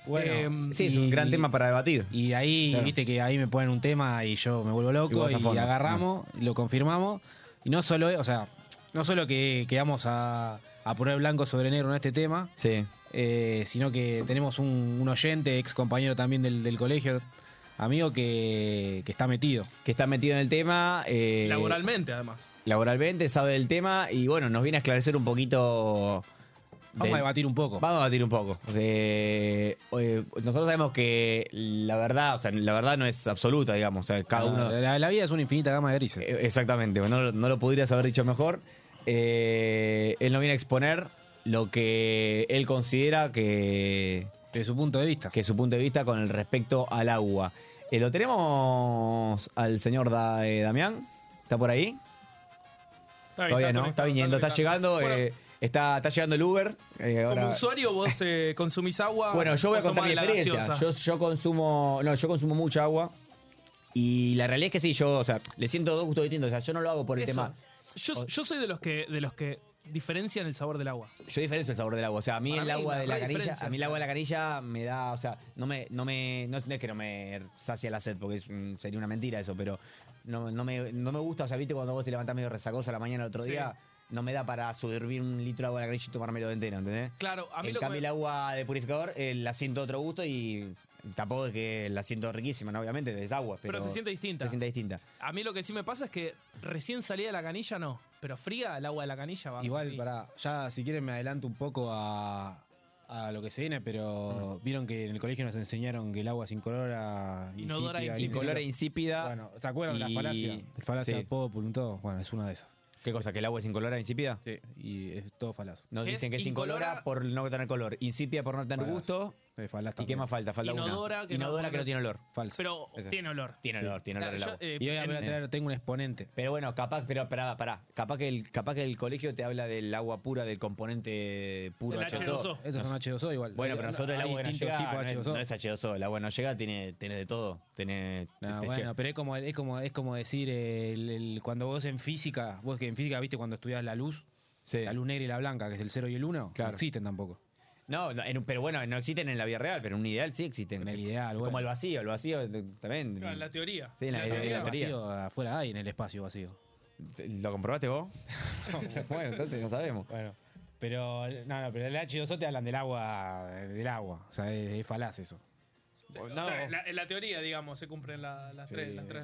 S3: bueno,
S5: Eh,
S4: Sí, es un gran tema para debatir.
S3: Em, Y ahí,
S4: Claro.
S3: viste que ahí me ponen un tema y yo me vuelvo
S4: Y
S3: loco
S4: vas
S3: y,
S4: a fondo.
S3: agarramos, lo confirmamos. Y no solo, o sea, no solo que quedamos a, a poner blanco sobre negro en este tema,
S4: Sí.
S3: eh, sino que tenemos un, un oyente, ex compañero también del, del colegio, amigo que, que está metido.
S4: Que está metido en el tema. eh,
S5: Laboralmente, además.
S4: laboralmente, sabe del tema y bueno, nos viene a esclarecer un poquito.
S3: Vamos
S4: del-
S3: a debatir un poco.
S4: Vamos a debatir un poco. Eh, eh, nosotros sabemos que la verdad, o sea, la verdad no es absoluta, digamos. o sea,
S3: Ah,
S4: cada uno.
S3: La, la vida es una infinita gama de grises.
S4: Eh, Exactamente, no, no lo podrías haber dicho mejor. Eh, él nos viene a exponer lo que él considera que,
S3: de su punto de vista.
S4: que es su punto de vista con el respecto al agua. Eh, lo tenemos al señor Da- eh, Damián. ¿Está por ahí?
S5: Está bien,
S4: Todavía no, está
S5: conectado,
S4: viniendo, está
S5: conectado.
S4: llegando,
S5: Bueno,
S4: eh, está, está llegando el Uber. eh,
S5: como
S4: ahora-
S5: usuario vos eh, consumís agua.
S4: bueno, yo voy a
S5: vos sos
S4: contar mi
S5: más de la
S4: experiencia.
S5: gaseosa.
S4: Yo, yo consumo, no, yo consumo mucha agua y la realidad es que sí, yo, o sea, le siento dos gustos distintos. O sea, yo no lo hago por el
S5: Eso.
S4: tema.
S5: Yo, yo soy de los que de los que diferencian el sabor del agua.
S4: Yo diferencio el sabor del agua. O sea, a mí
S5: Para
S4: el
S5: mí
S4: agua
S5: no
S4: de la
S5: hay
S4: canilla,
S5: diferencia.
S4: a mí el agua de la canilla me da, o sea, no me, no me, no es no es que no me sacia la sed, porque es, mm, sería una mentira eso, pero no, no me, no me gusta, o sea, viste cuando vos te levantás medio resacoso a la mañana el otro
S5: Sí.
S4: día, no me da para subir un litro de agua de la canilla y tomármelo de entero, ¿entendés?
S5: Claro, a mí
S4: en
S5: lo que
S4: cambio,
S5: me-
S4: el agua de purificador eh, la siento otro gusto y tampoco es que la siento riquísima, ¿no? obviamente, es agua. Pero,
S5: Pero se siente distinta.
S4: Se siente distinta.
S5: A mí lo que sí me pasa es que recién salida de la canilla no, pero fría el agua de la canilla va.
S3: Ah, Igual, para ya si quieren me adelanto un poco a, a lo que se viene, pero vieron que en el colegio nos enseñaron que el agua es incolora,
S5: Inodora e
S3: insípida,
S5: insípida.
S4: Color e insípida.
S3: Bueno, ¿se acuerdan de la
S4: y-
S3: falacia? El falacia
S4: Sí.
S3: populum, todo. Bueno, es una de esas.
S4: ¿Qué cosa? ¿Que el agua es incolora e insípida?
S3: Sí. Y es todo falaz.
S4: Nos
S5: Es
S4: dicen que es incolora
S5: incolora-
S4: por no tener color, insípida por no tener
S3: Falaz.
S4: gusto.
S3: Eh, falaz
S4: ¿Y qué
S3: también.
S4: más falta? Falta
S5: Inodora,
S4: una.
S5: que no-
S4: Inodora que no tiene olor.
S3: Falso.
S5: Pero
S4: Ese.
S5: tiene olor.
S4: Tiene olor, tiene olor
S5: Claro,
S4: el
S5: yo,
S4: agua.
S5: eh,
S3: y hoy voy a
S5: en-
S3: traer, tengo un exponente.
S4: Pero bueno, capaz, pero pará, pará. Capaz que el, capaz que el colegio te habla del agua pura, del componente puro
S5: Del
S4: H2O.
S5: H2O.
S3: Estos son H2O igual.
S4: Bueno, pero
S3: Hay-
S4: nosotros el
S3: hay
S4: agua que no
S3: distintos
S4: llega
S3: tipos
S4: no,
S3: de
S4: es,
S3: H2O.
S4: no es H2O, el agua no llega, tiene, tiene de todo. Tiene,
S3: No,
S4: te- te
S3: Ah, bueno,
S4: llega.
S3: pero es como, es como, es como decir, eh, el- el- cuando vos en física, vos que en física viste cuando estudias la luz,
S4: Sí.
S3: la luz negra y la blanca, que es el 0 y el 1,
S4: Claro.
S3: no existen tampoco.
S4: No, no, en un- pero bueno, no existen en la vida real, pero en un ideal sí existen.
S3: En el ideal,
S4: Como
S3: bueno.
S4: el vacío, el vacío eh, también.
S5: Claro, la teoría.
S4: Sí, la- la-
S5: teoría.
S3: El
S4: teoría.
S3: vacío afuera hay en el espacio vacío.
S4: ¿Lo comprobaste vos? bueno, entonces no sabemos.
S3: Bueno, pero no, no, pero el H2O te hablan del agua, del agua, o sea, es, es falaz eso.
S5: O sea, la, en la teoría, digamos, se cumplen la- las, tres, las tres.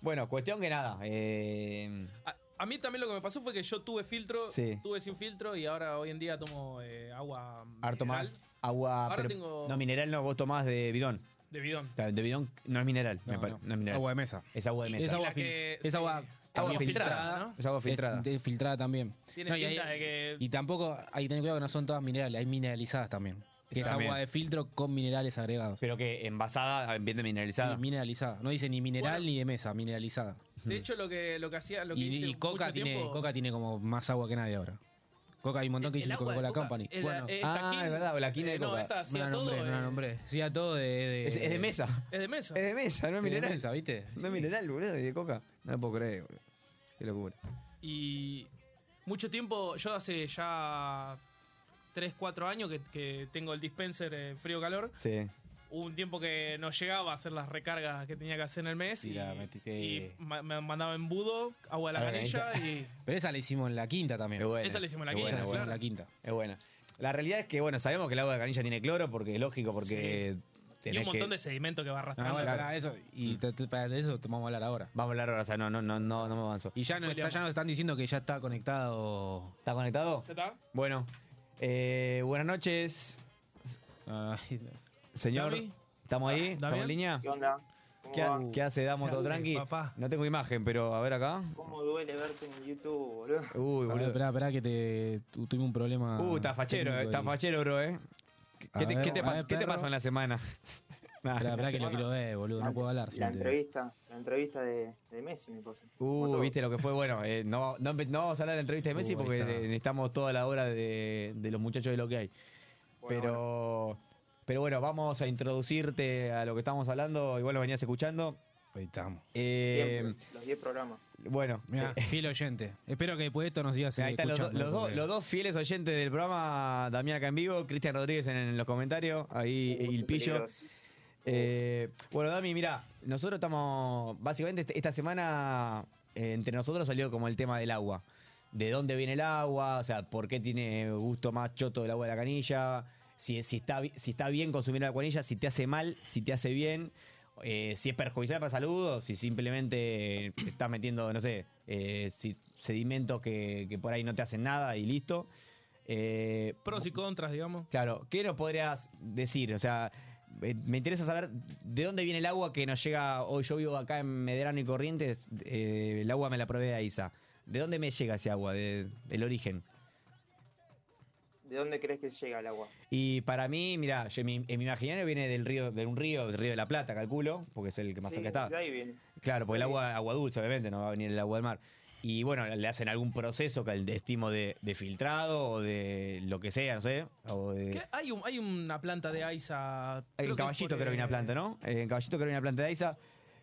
S4: Bueno, cuestión que nada. eh,
S5: A, a mí también lo que me pasó fue que yo tuve filtro,
S4: Sí.
S5: tuve sin filtro y ahora hoy en día tomo eh, agua
S4: harto
S5: mineral
S4: más agua.
S5: Ahora
S4: pero-
S5: tengo-
S4: No, mineral no, vos tomás de bidón.
S5: de bidón.
S4: Claro, De bidón no es mineral. me
S3: No,
S4: pare-
S3: no.
S4: no es mineral.
S3: Agua de mesa.
S4: Es agua de mesa.
S3: Es agua,
S5: La que-
S3: fil- es agua,
S5: sí.
S3: también
S4: Agua filtrada,
S5: ¿no?
S4: Es agua filtrada.
S3: Es- es filtrada también.
S5: Tiene
S3: y,
S5: pinta de que-
S3: y tampoco hay que tener cuidado que no son todas minerales, hay mineralizadas también. Que es
S4: También.
S3: agua de filtro con minerales agregados.
S4: Pero que envasada, ambiente mineralizada.
S3: Sí, mineralizada. No dice ni mineral
S5: Bueno.
S3: ni de mesa, mineralizada.
S5: De hecho, lo que, lo que hacía, lo que
S3: Y,
S5: hice
S3: y Coca
S5: mucho
S3: tiene
S5: tiempo-
S3: Coca tiene como más agua que nadie ahora. Coca hay un montón que
S5: El
S3: dicen
S5: agua de
S3: Coca-Cola
S5: Coca
S3: Company.
S5: era-
S3: bueno,
S5: eh,
S4: Ah,
S5: taquín.
S4: es verdad, o la quina de
S5: Eh, no,
S4: Coca.
S5: esta hacía
S3: no la
S5: todo,
S3: nombré, no la
S5: eh,
S3: nombré. Sí, a todo de, de-
S4: es, es de mesa.
S5: Es de mesa.
S4: Es de mesa, no es
S3: de
S4: mineral.
S3: mesa, ¿viste?
S4: No es mineral, boludo, y de coca. No lo puedo creer, boludo. Qué locura.
S5: Y mucho tiempo, yo hace ya 3, 4 años que, que tengo el dispenser eh, frío-calor.
S4: Sí.
S5: Hubo un tiempo que no llegaba a hacer las recargas que tenía que hacer en el mes.
S3: Y
S5: Y,
S3: la metiste-
S5: y ma- me mandaba embudo, agua de la
S4: A la
S5: canilla y...
S3: Pero esa la hicimos en la quinta
S4: Es
S3: también.
S4: buena.
S5: Esa la hicimos la
S4: es
S5: quinta,
S3: Esa
S4: buena,
S3: la hicimos en la
S4: buena.
S3: quinta.
S4: Es buena. La realidad es que, bueno, sabemos que el agua de canilla tiene cloro porque es lógico, porque.
S5: y
S4: tenés
S5: un montón
S4: que-
S5: de sedimento que va
S3: No,
S5: arrastrando.
S3: bueno, para eso, y te- te- para eso te vamos a hablar ahora.
S4: Vamos a hablar ahora, o sea, no, no, no, no, no me avanzo.
S3: Y ya nos, está- ya nos están diciendo que ya está conectado.
S4: ¿Estás conectado?
S5: ¿Ya está?
S4: Bueno, eh, buenas noches,
S3: Ay,
S4: señor.
S5: ¿Dami?
S4: ¿Estamos ahí? ¿Estamos
S5: Ah, ¿Damián?
S4: en línea?
S10: ¿Qué onda? ¿Cómo
S4: ¿Qué, ha-
S10: va?
S4: qué hace, Damos?
S5: ¿Qué
S4: ¿Todo
S5: hace,
S4: tranqui?
S5: papá?
S4: No tengo imagen, pero a ver acá.
S10: ¿Cómo duele verte en YouTube, boludo?
S4: Uy,
S3: pará,
S4: boludo.
S3: Esperá, esperá que te tu- tuvimos un problema.
S4: Uh, está fachero, eh,
S3: técnico
S4: está
S3: y-
S4: fachero, bro, ¿eh? ¿Qué
S3: A
S4: te,
S3: ver,
S4: qué te
S3: a
S4: pasó,
S3: ver,
S4: qué te
S3: perro.
S4: pasó en la semana? Nah.
S3: Esperá, esperá que lo
S10: semana.
S3: quiero ver, boludo.
S10: La-
S3: No puedo hablar. si
S10: La
S3: te-
S10: entrevista, la entrevista de, de Messi me pasó. Como
S4: Uh,
S10: todo.
S4: viste lo que fue. Bueno, eh, no, no, empe- no vamos a hablar de la entrevista de Messi
S3: Uh, ahí
S4: porque
S3: está.
S4: eh, necesitamos toda la hora de, de los muchachos de lo que hay.
S10: Bueno,
S4: pero,
S10: bueno.
S4: pero bueno, vamos a introducirte a lo que estamos hablando. Igual lo venías escuchando.
S3: Ahí estamos.
S4: Eh,
S10: Siempre, los 10 programas.
S4: bueno, eh,
S3: Mirá, Eh, fiel oyente. Espero que después de esto nos sigas
S4: Ahí
S3: eh,
S4: están los, do-
S3: escuchando,
S4: los do-
S3: porque-
S4: los dos fieles oyentes del programa, Damián acá en vivo, Cristian Rodríguez en, en los comentarios, ahí
S10: Uh,
S4: el
S10: son
S4: pillo.
S10: peligrosos.
S4: Eh, bueno, Dami, mira, nosotros estamos, básicamente este- esta semana eh, entre nosotros salió como el tema del agua. ¿De dónde viene el agua? O sea, ¿por qué tiene gusto más choto el agua de la canilla? Si, si, está, bi- si está bien consumir la canilla, si te hace mal, si te hace bien, eh, si es perjudicial para salud o si simplemente estás metiendo, no sé, eh, si- sedimentos que, que por ahí no te hacen nada y listo. Eh,
S5: Pros y contras, digamos.
S4: Claro, ¿qué nos podrías decir? O sea, eh, me interesa saber de dónde viene el agua que nos llega. Hoy yo vivo acá en Medrano y Corrientes, eh, el agua me la provee a Isa. ¿De dónde me llega ese agua? De- del origen.
S10: ¿De dónde crees que llega el agua?
S4: Y para mí, mira, en mi en mi imaginario viene del río, de un río, del río de la Plata, calculo, porque es el que más
S10: Sí,
S4: cerca está.
S10: de ahí viene.
S4: Claro, porque el
S10: Sí.
S4: agua, agua dulce, obviamente, no va a venir el agua del mar. Y bueno, le hacen algún proceso, que el destimo de, de filtrado o de lo que sea, no sé. O de,
S5: ¿Qué? Hay, un, hay una planta de AISA. creo
S4: En
S5: que
S4: Caballito creo
S5: por,
S4: que hay
S5: eh,
S4: una planta, ¿no? Eh, En Caballito creo que hay una planta de AISA.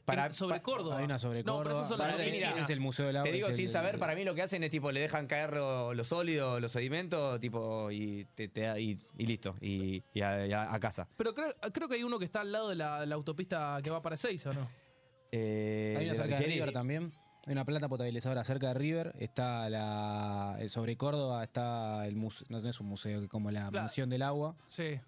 S4: Para-
S5: En- sobre
S4: pa-
S5: Córdoba.
S3: Hay una sobre
S5: No, pero
S3: Córdoba.
S5: esas son las
S3: Para mí
S5: oficinas.
S3: es el Museo del Agua.
S4: Te digo,
S3: es Ah, pues el-
S4: sin saber, para mí lo que hacen es tipo, le dejan caer lo- los sólidos, los sedimentos, tipo, y, te- te- y, y listo, y, y a, y a- a casa.
S5: Pero creo, creo que hay uno que está al lado de la, de la autopista que va para Seis, ¿o no?
S4: Eh,
S3: Hay una
S4: de
S3: cerca de
S4: Barbieri.
S3: River también. Hay una planta potabilizadora cerca de River. Está la. eh, Sobre Córdoba está el museo. No es un museo, que como la
S5: Claro.
S3: mansión del agua.
S5: Sí.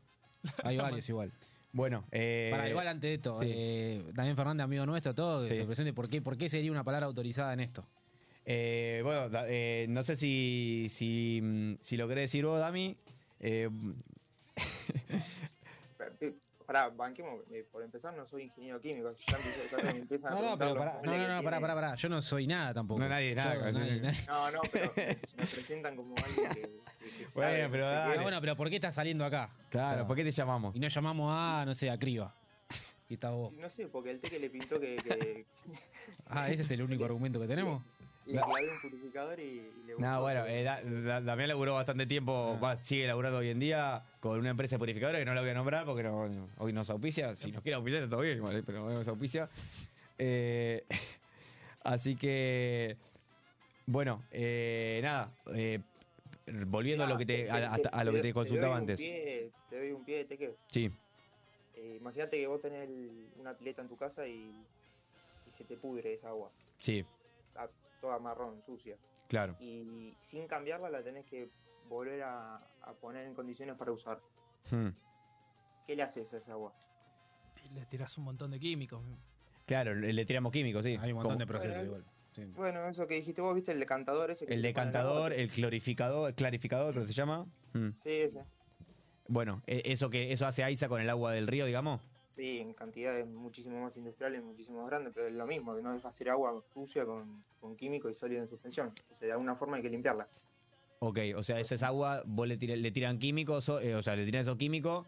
S3: Hay varios igual.
S4: Bueno, eh,
S3: Para igual antes de esto,
S4: sí.
S3: eh, también Fernández, amigo nuestro, todo, que
S4: Sí.
S3: se presente por qué, por qué sería una palabra autorizada en esto.
S4: Eh, bueno, da- eh, no sé si, si, mm, si lo querés decir vos, Dami. Eh,
S10: Pe- eh, Pará, banquemos. eh, Por empezar, no soy ingeniero químico. Ya empiezo- ya me empiezan a
S3: Ah, No,
S10: preguntar
S3: no, pero
S10: los
S3: pará,
S10: papeles
S3: no, no,
S10: que
S3: no, pará,
S10: tiene.
S3: pará, pará. Yo no soy nada tampoco.
S4: No, nadie,
S3: Yo,
S4: nada, sí.
S10: No, no, pero me presentan como alguien que, que- que sabe,
S4: Bueno, pero
S10: no sé
S4: dale.
S10: qué.
S3: Ah, bueno, pero ¿por qué estás saliendo acá?
S4: claro,
S3: O sea,
S4: ¿por qué te llamamos?
S3: Y no llamamos a, no sé, a Criba. Y está vos.
S10: No sé, porque el teque le pintó que, que
S3: Ah, ese es el único argumento que tenemos.
S10: le clavé un purificador y, y le
S4: No,
S10: gustó.
S4: bueno, eh, da- da- Damián laburó bastante tiempo,
S3: Ah.
S4: va, sigue laburando hoy en día con una empresa purificadora que no la voy a nombrar porque no- no- hoy nos auspicia. Si nos quiere auspiciar está todo bien, igual, eh, pero no nos auspicia. Eh, así que, bueno, eh, nada, eh, volviendo a lo que te, a, hasta- a lo que te
S10: doy-
S4: consultaba
S10: doy un
S4: antes.
S10: pie- Eh, te doy un pie, teque.
S4: Sí,
S10: Eh, Imagínate que vos tenés el- una pileta en tu casa y, y se te pudre esa agua.
S4: sí,
S10: Está toda marrón, sucia.
S4: claro.
S10: Y sin cambiarla la tenés que volver a, a poner en condiciones para usar.
S4: Hmm.
S10: ¿Qué le haces a esa agua?
S5: Le tirás un montón de químicos.
S4: Claro, le le tiramos químicos, sí.
S3: Hay un montón
S4: Como-
S3: de procesos
S10: Bueno,
S3: igual. Sí.
S10: Bueno, eso que dijiste vos, viste el decantador ese que
S4: El
S10: se le pone al
S4: decantador,
S10: agua.
S4: el clorificador, el clarificador, creo que se llama. Hmm.
S10: Sí, ese.
S4: Bueno, e- eso que eso hace Aiza con el agua del río, digamos.
S10: Sí, en cantidades muchísimo más industriales, muchísimo más grandes, pero es lo mismo, que no deja hacer agua sucia con, con químico y sólido en suspensión. Entonces, de alguna forma hay que limpiarla.
S4: Ok, o sea, esa es agua, vos le, tira- le tiran químicos, so- eh, o sea, le tiran esos químicos,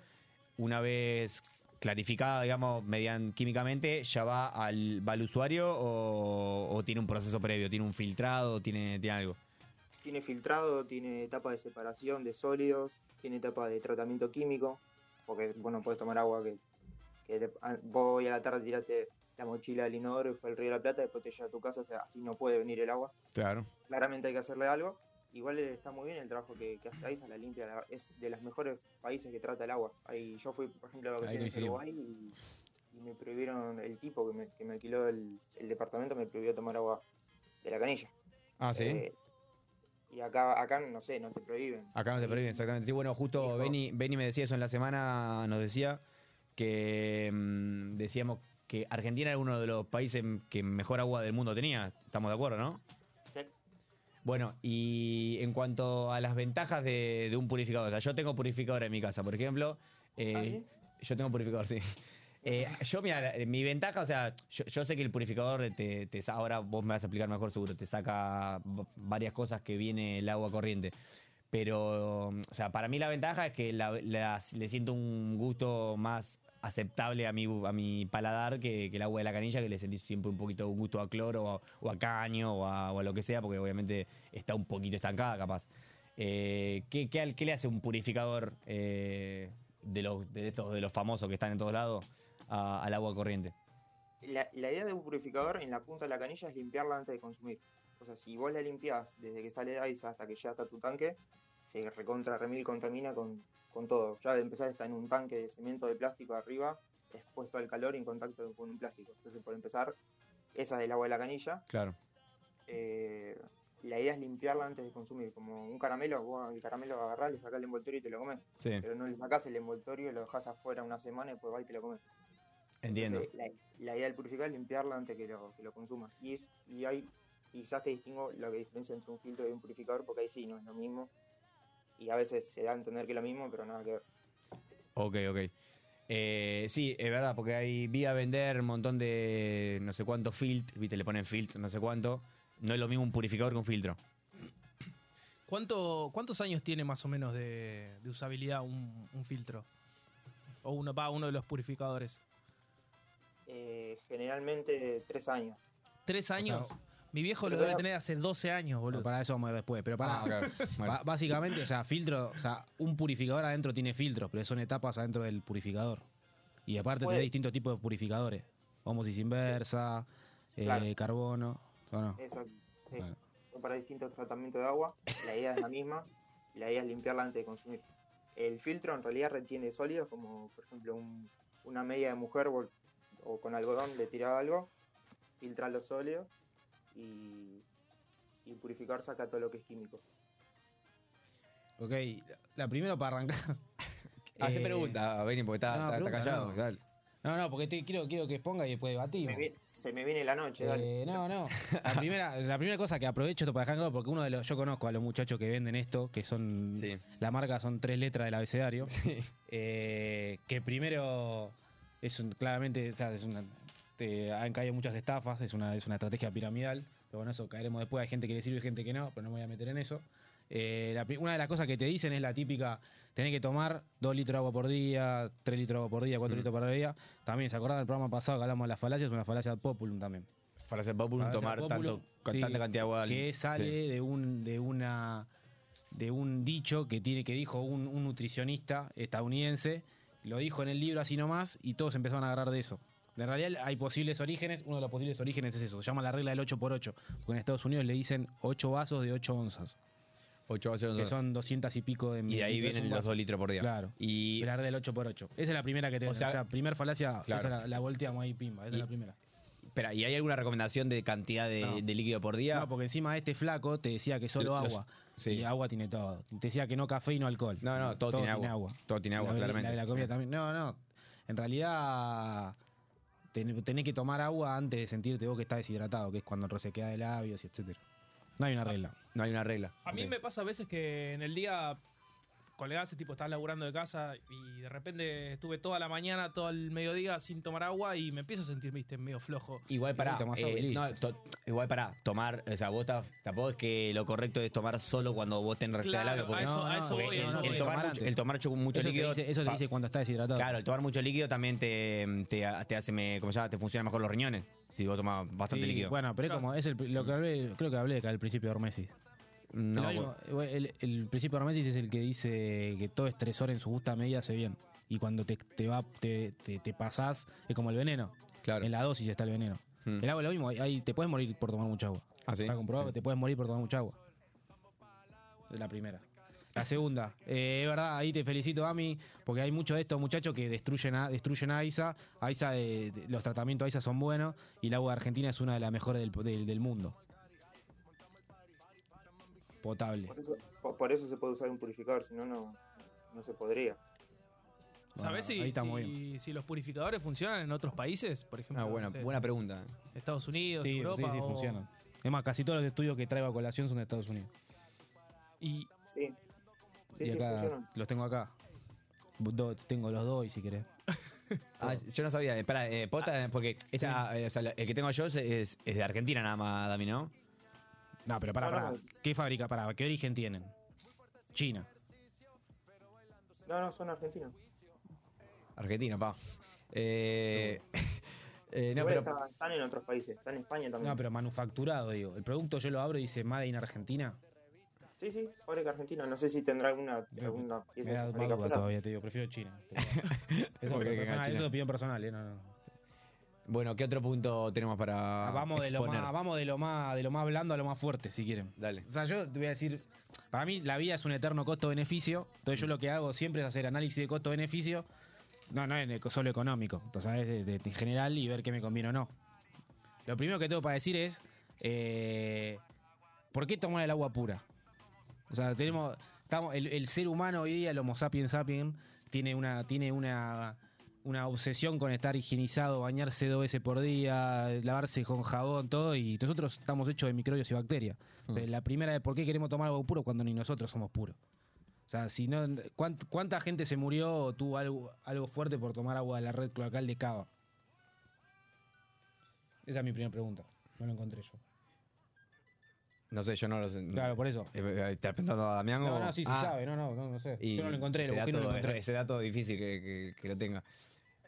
S4: una vez clarificada, digamos, median químicamente, ya va al, va al usuario o, o tiene un proceso previo, tiene un filtrado, tiene, tiene algo.
S10: Tiene filtrado, tiene etapa de separación de sólidos, tiene etapa de tratamiento químico, porque vos no podés tomar agua que, que te- ah, vos hoy a la tarde tiraste eh, la mochila al inodoro y fue al río de la Plata, después te lleva a tu casa, o sea, así no puede venir el agua.
S4: Claro.
S10: Claramente hay que hacerle algo. Igual está muy bien el trabajo que, que hace AISA, la limpia, la- es de los mejores países que trata el agua. Ahí, yo fui, por ejemplo, a vacaciones a
S3: coincidimos.
S10: Uruguay y, y me prohibieron, el tipo que me, que me alquiló el, el departamento me prohibió tomar agua de la canilla.
S4: Ah,
S10: Eh, y acá, acá, no sé, no te prohíben.
S4: Acá no te prohíben, exactamente. Sí, bueno, justo
S10: Dijo-
S4: Beni, Beni me decía eso en la semana, nos decía que mm, decíamos que Argentina era uno de los países que mejor agua del mundo tenía. Estamos de acuerdo, ¿no?
S10: Sí.
S4: Bueno, y en cuanto a las ventajas de, de un purificador, o sea, yo tengo purificador en mi casa, por ejemplo. eh,
S10: ¿Ah, sí?
S4: Yo tengo purificador, sí. Eh, yo, mira, la- mi ventaja, o sea, yo, yo sé que el purificador, te, te sa- ahora vos me vas a explicar mejor seguro, te saca v- varias cosas que viene el agua corriente. Pero, o sea, para mí la ventaja es que la- la- le siento un gusto más aceptable a mi, bu- a mi paladar que, que el agua de la canilla, que le sentí siempre un poquito un gusto a cloro o a, o a caño o a, o a lo que sea, porque obviamente está un poquito estancada capaz. Eh, ¿qué, qué, al- qué le hace un purificador eh, de, los, de, estos, de los famosos que están en todos lados a- al agua corriente?
S10: La, la idea de un purificador en la punta de la canilla es limpiarla antes de consumir. O sea, si vos la limpiás desde que sale de AISA hasta que ya está tu tanque, se recontra remil contamina con, con todo. Ya de empezar está en un tanque de cemento de plástico arriba, expuesto al calor y en contacto con un plástico. Entonces, por empezar, esa es el agua de la canilla.
S4: Claro.
S10: Eh, la idea es limpiarla antes de consumir. Como un caramelo, vos el caramelo lo agarrás, le sacás el envoltorio y te lo comes.
S4: Sí,
S10: Pero no le sacás el envoltorio, lo dejás afuera una semana y después vas pues y te lo comes.
S4: entiendo.
S10: Entonces, La, la idea del purificar es limpiarla antes que lo, que lo consumas. Y, es, y ahí quizás te distingo lo que diferencia entre un filtro y un purificador, porque ahí sí no es lo mismo. Y a veces se da a entender que es lo mismo, pero nada que ver.
S4: Ok, ok. Eh, sí, es verdad, porque ahí vi a vender un montón de no sé cuánto filt, viste, le ponen filt, no sé cuánto. No es lo mismo un purificador que un filtro.
S5: ¿Cuánto, ¿Cuántos años tiene más o menos de, de usabilidad un, un filtro? O uno, va, uno de los purificadores.
S10: Eh, generalmente tres años.
S5: ¿Tres años? Mi viejo lo
S10: pero
S5: debe
S10: ya-
S5: tener hace 12 años,
S3: Bueno,
S5: boludo.
S3: para eso vamos a ver después. Pero
S4: Ah,
S3: para. Ba- Básicamente, o sea, filtro, o sea, un purificador adentro tiene filtros, pero son etapas adentro del purificador. Y aparte
S10: Puede-
S3: tenés distintos tipos de purificadores. Homosis inversa, eh,
S10: Claro.
S3: carbono. ¿o no?
S10: Exacto. sí.
S3: Claro.
S10: Son Para distintos tratamientos de agua, la idea es la misma y la idea es limpiarla antes de consumir. El filtro en realidad retiene sólidos, como por ejemplo un- una media de mujer vol- o con algodón le tiraba algo, filtra los sólidos y, y purificar saca todo lo que es químico.
S3: Ok, la- la primera para arrancar.
S4: Hace
S3: Eh,
S4: Ah, pregunta, Benny, porque está,
S3: no,
S4: está- está
S3: pregunta,
S4: callado.
S3: no.
S4: dale.
S3: No, no, porque te quiero, quiero que exponga y después debatimos.
S10: Me vi- se me viene la noche, dale.
S3: Eh, no, no. La primera, la primera cosa que aprovecho esto para dejar claro, porque uno de los, yo conozco a los muchachos que venden esto, que son la marca son tres letras del abecedario. Eh, que primero es un- claramente, o sea, es una, te- han caído muchas estafas, es una, es una estrategia piramidal. Pero bueno, eso caeremos después. Hay gente que le sirve y gente que no, pero no me voy a meter en eso. Eh, la pri- una de las cosas que te dicen es la típica, tenés que tomar 2 litros de agua por día, 3 litros de agua por día, 4 litros por día. También, ¿se acordaban del programa pasado que hablamos de las falacias? Una falacia populum también.
S4: Falacia populum,
S3: Falacia
S4: tomar
S3: populum,
S4: tanto- con tanta cantidad de agua al-
S3: Que sale
S4: sí.
S3: de, un, de una de un dicho que tiene que dijo un, un nutricionista estadounidense, lo dijo en el libro así nomás y todos empezaron a agarrar de eso. En realidad hay posibles orígenes, uno de los posibles orígenes es eso, se llama la regla del 8x8, porque en Estados Unidos le dicen 8 vasos de 8 onzas.
S4: 8 vasos de 8
S3: Que son 200 y pico de
S4: Y de ahí
S3: mililitros,
S4: vienen
S3: un
S4: los
S3: vaso.
S4: 2 litros por día.
S3: Claro.
S4: Y
S3: La regla del 8x8. Esa es la primera que tenemos. O
S4: sea-
S3: sea, primer falacia,
S4: Claro.
S3: esa la, la volteamos ahí, pimba. Esa
S4: Y-
S3: es la primera.
S4: Espera, ¿y hay alguna recomendación de cantidad de, de líquido por día?
S3: No, porque encima este flaco te decía que solo
S4: Los-
S3: agua. Y agua tiene todo. Te decía que no café y no alcohol.
S4: No, no, todo, tiene, agua. Todo tiene agua,
S3: La-
S4: claramente.
S3: La, la comida también. No, no. En realidad ten- tenés que tomar agua antes de sentirte vos que estás deshidratado, que es cuando resequedad de labios y etcétera. No
S4: Ah,
S3: hay una regla.
S4: No hay una regla.
S5: A mí me pasa a veces que en el día, colegas, tipo, estás laburando de casa y de repente estuve toda la mañana, todo el mediodía sin tomar agua y me empiezo a sentir, viste, medio flojo.
S4: Igual para,
S5: Tomás agua y listo.
S4: igual para tomar, o sea, vos ta- tampoco es que lo correcto es tomar solo cuando vos tenés resequedad
S5: Claro,
S4: de labios, porque-
S5: a eso- a eso
S4: porque
S5: voy,
S4: el,
S5: a eso
S4: el
S5: voy.
S4: tomar
S5: Tomar
S4: mucho,
S5: antes.
S4: el tomar mucho, mucho
S3: eso
S4: líquido.
S3: Te dice, eso te
S4: fa-
S3: dice cuando estás deshidratado.
S4: Claro, el tomar mucho líquido también te, te, te hace, me- ¿cómo se llama? Te funcionan mejor los riñones. Si vos tomás bastante
S3: Sí,
S4: líquido.
S3: Bueno, pero es como es el, lo que hablé, creo que hablé acá al principio de Hormesis.
S4: No,
S3: Pero digo, el, el principio de Hormesis es el que dice que todo estresor en su justa medida hace bien. Y cuando te, te va, te, te, te pasás, es como el veneno.
S4: Claro.
S3: En la dosis está el veneno.
S4: Hmm.
S3: El agua es lo mismo, ahí te puedes morir por tomar mucha agua.
S4: Ah, ¿sí?
S3: Está comprobado
S4: Sí.
S3: que te puedes morir por tomar mucha agua. Es la primera. La segunda, eh, es verdad, ahí te felicito, Ami, porque hay muchos de estos muchachos que destruyen a, destruyen a AISA. AISA eh, de- los tratamientos AISA son buenos y el agua de Argentina es una de las mejores del, del- del mundo. Potable.
S10: Por eso, por- por eso se puede usar un purificador, si no, no no se podría.
S5: ¿Sabes
S3: Bueno, ahí
S5: si,
S3: estamos
S5: si, si los purificadores funcionan en otros países? Por ejemplo,
S3: Ah, buena-
S5: no sé,
S3: buena
S4: pregunta.
S5: Estados Unidos,
S3: Sí,
S5: Europa.
S3: sí, sí,
S5: o-
S3: funcionan. Es más, casi todos los estudios que traigo a colación son de Estados Unidos.
S5: Y,
S10: Sí. Sí,
S3: y
S10: sí,
S3: acá,
S10: funcionan.
S3: los tengo acá. Do- tengo los dos, y si querés.
S4: Ah, yo no sabía. Espera, eh, ¿puedo
S3: Ah.
S4: tra- porque esta, eh, o sea, la- el que tengo yo es, es- es de Argentina nada más, Dami, ¿no?
S3: No, pero pará,
S4: No,
S3: pará.
S4: no.
S3: ¿Qué fábrica? Pará, ¿qué origen tienen? China.
S10: No, no, son argentinos.
S4: Argentina, pa. Eh, eh, no,
S10: Igual
S4: pero,
S10: está- están en otros países, están en España también.
S3: No, pero manufacturado, digo. El producto yo lo abro y dice Made in Argentina.
S10: Sí, sí, fábrica argentina. No sé si tendrá alguna, alguna pieza
S3: Me da
S10: de
S3: más
S10: fábrica
S3: duda
S10: afuera.
S3: todavía, te digo. Prefiero China. Eso es
S4: ¿Cómo crees que
S3: personal,
S4: gana
S3: eso
S4: China?
S3: es opinión personal, eh, no, no.
S4: bueno, ¿qué otro punto tenemos para
S3: Ah, vamos, de lo
S4: exponer?
S3: más, vamos de lo más de lo más blando a lo más fuerte, si quieren.
S4: Dale.
S3: O sea, yo te voy a decir, para mí la vida es un eterno costo-beneficio. Entonces yo lo que hago siempre es hacer análisis de costo-beneficio. No, no es de- solo económico. O sea, es de- de- en general y ver qué me conviene o no. Lo primero que tengo para decir es, eh, ¿por qué tomar el agua pura? O sea, tenemos, estamos, el, el ser humano hoy día, el Homo sapiens sapiens, tiene una, tiene una, una obsesión con estar higienizado, bañarse dos veces por día, lavarse con jabón, todo, y nosotros estamos hechos de microbios y bacterias.
S4: Mm.
S3: Entonces, La primera de por qué queremos tomar algo puro cuando ni nosotros somos puros. O sea, si no, ¿cuánt- ¿cuánta gente se murió o tuvo algo, algo fuerte por tomar agua de la red cloacal de Cava? Esa es mi primera pregunta. No lo encontré yo.
S4: No sé, yo no lo sé. Eh,
S3: Claro, por eso.
S4: ¿Estás pensando a Damián
S3: No,
S4: o-
S3: no, sí, sí
S4: Ah,
S3: sabe, no, no, no, no sé.
S4: y
S3: Yo no lo encontré, lo
S4: ese
S3: busqué y no lo
S4: dato-
S3: encontré.
S4: Ese dato es difícil que, que- que lo tenga.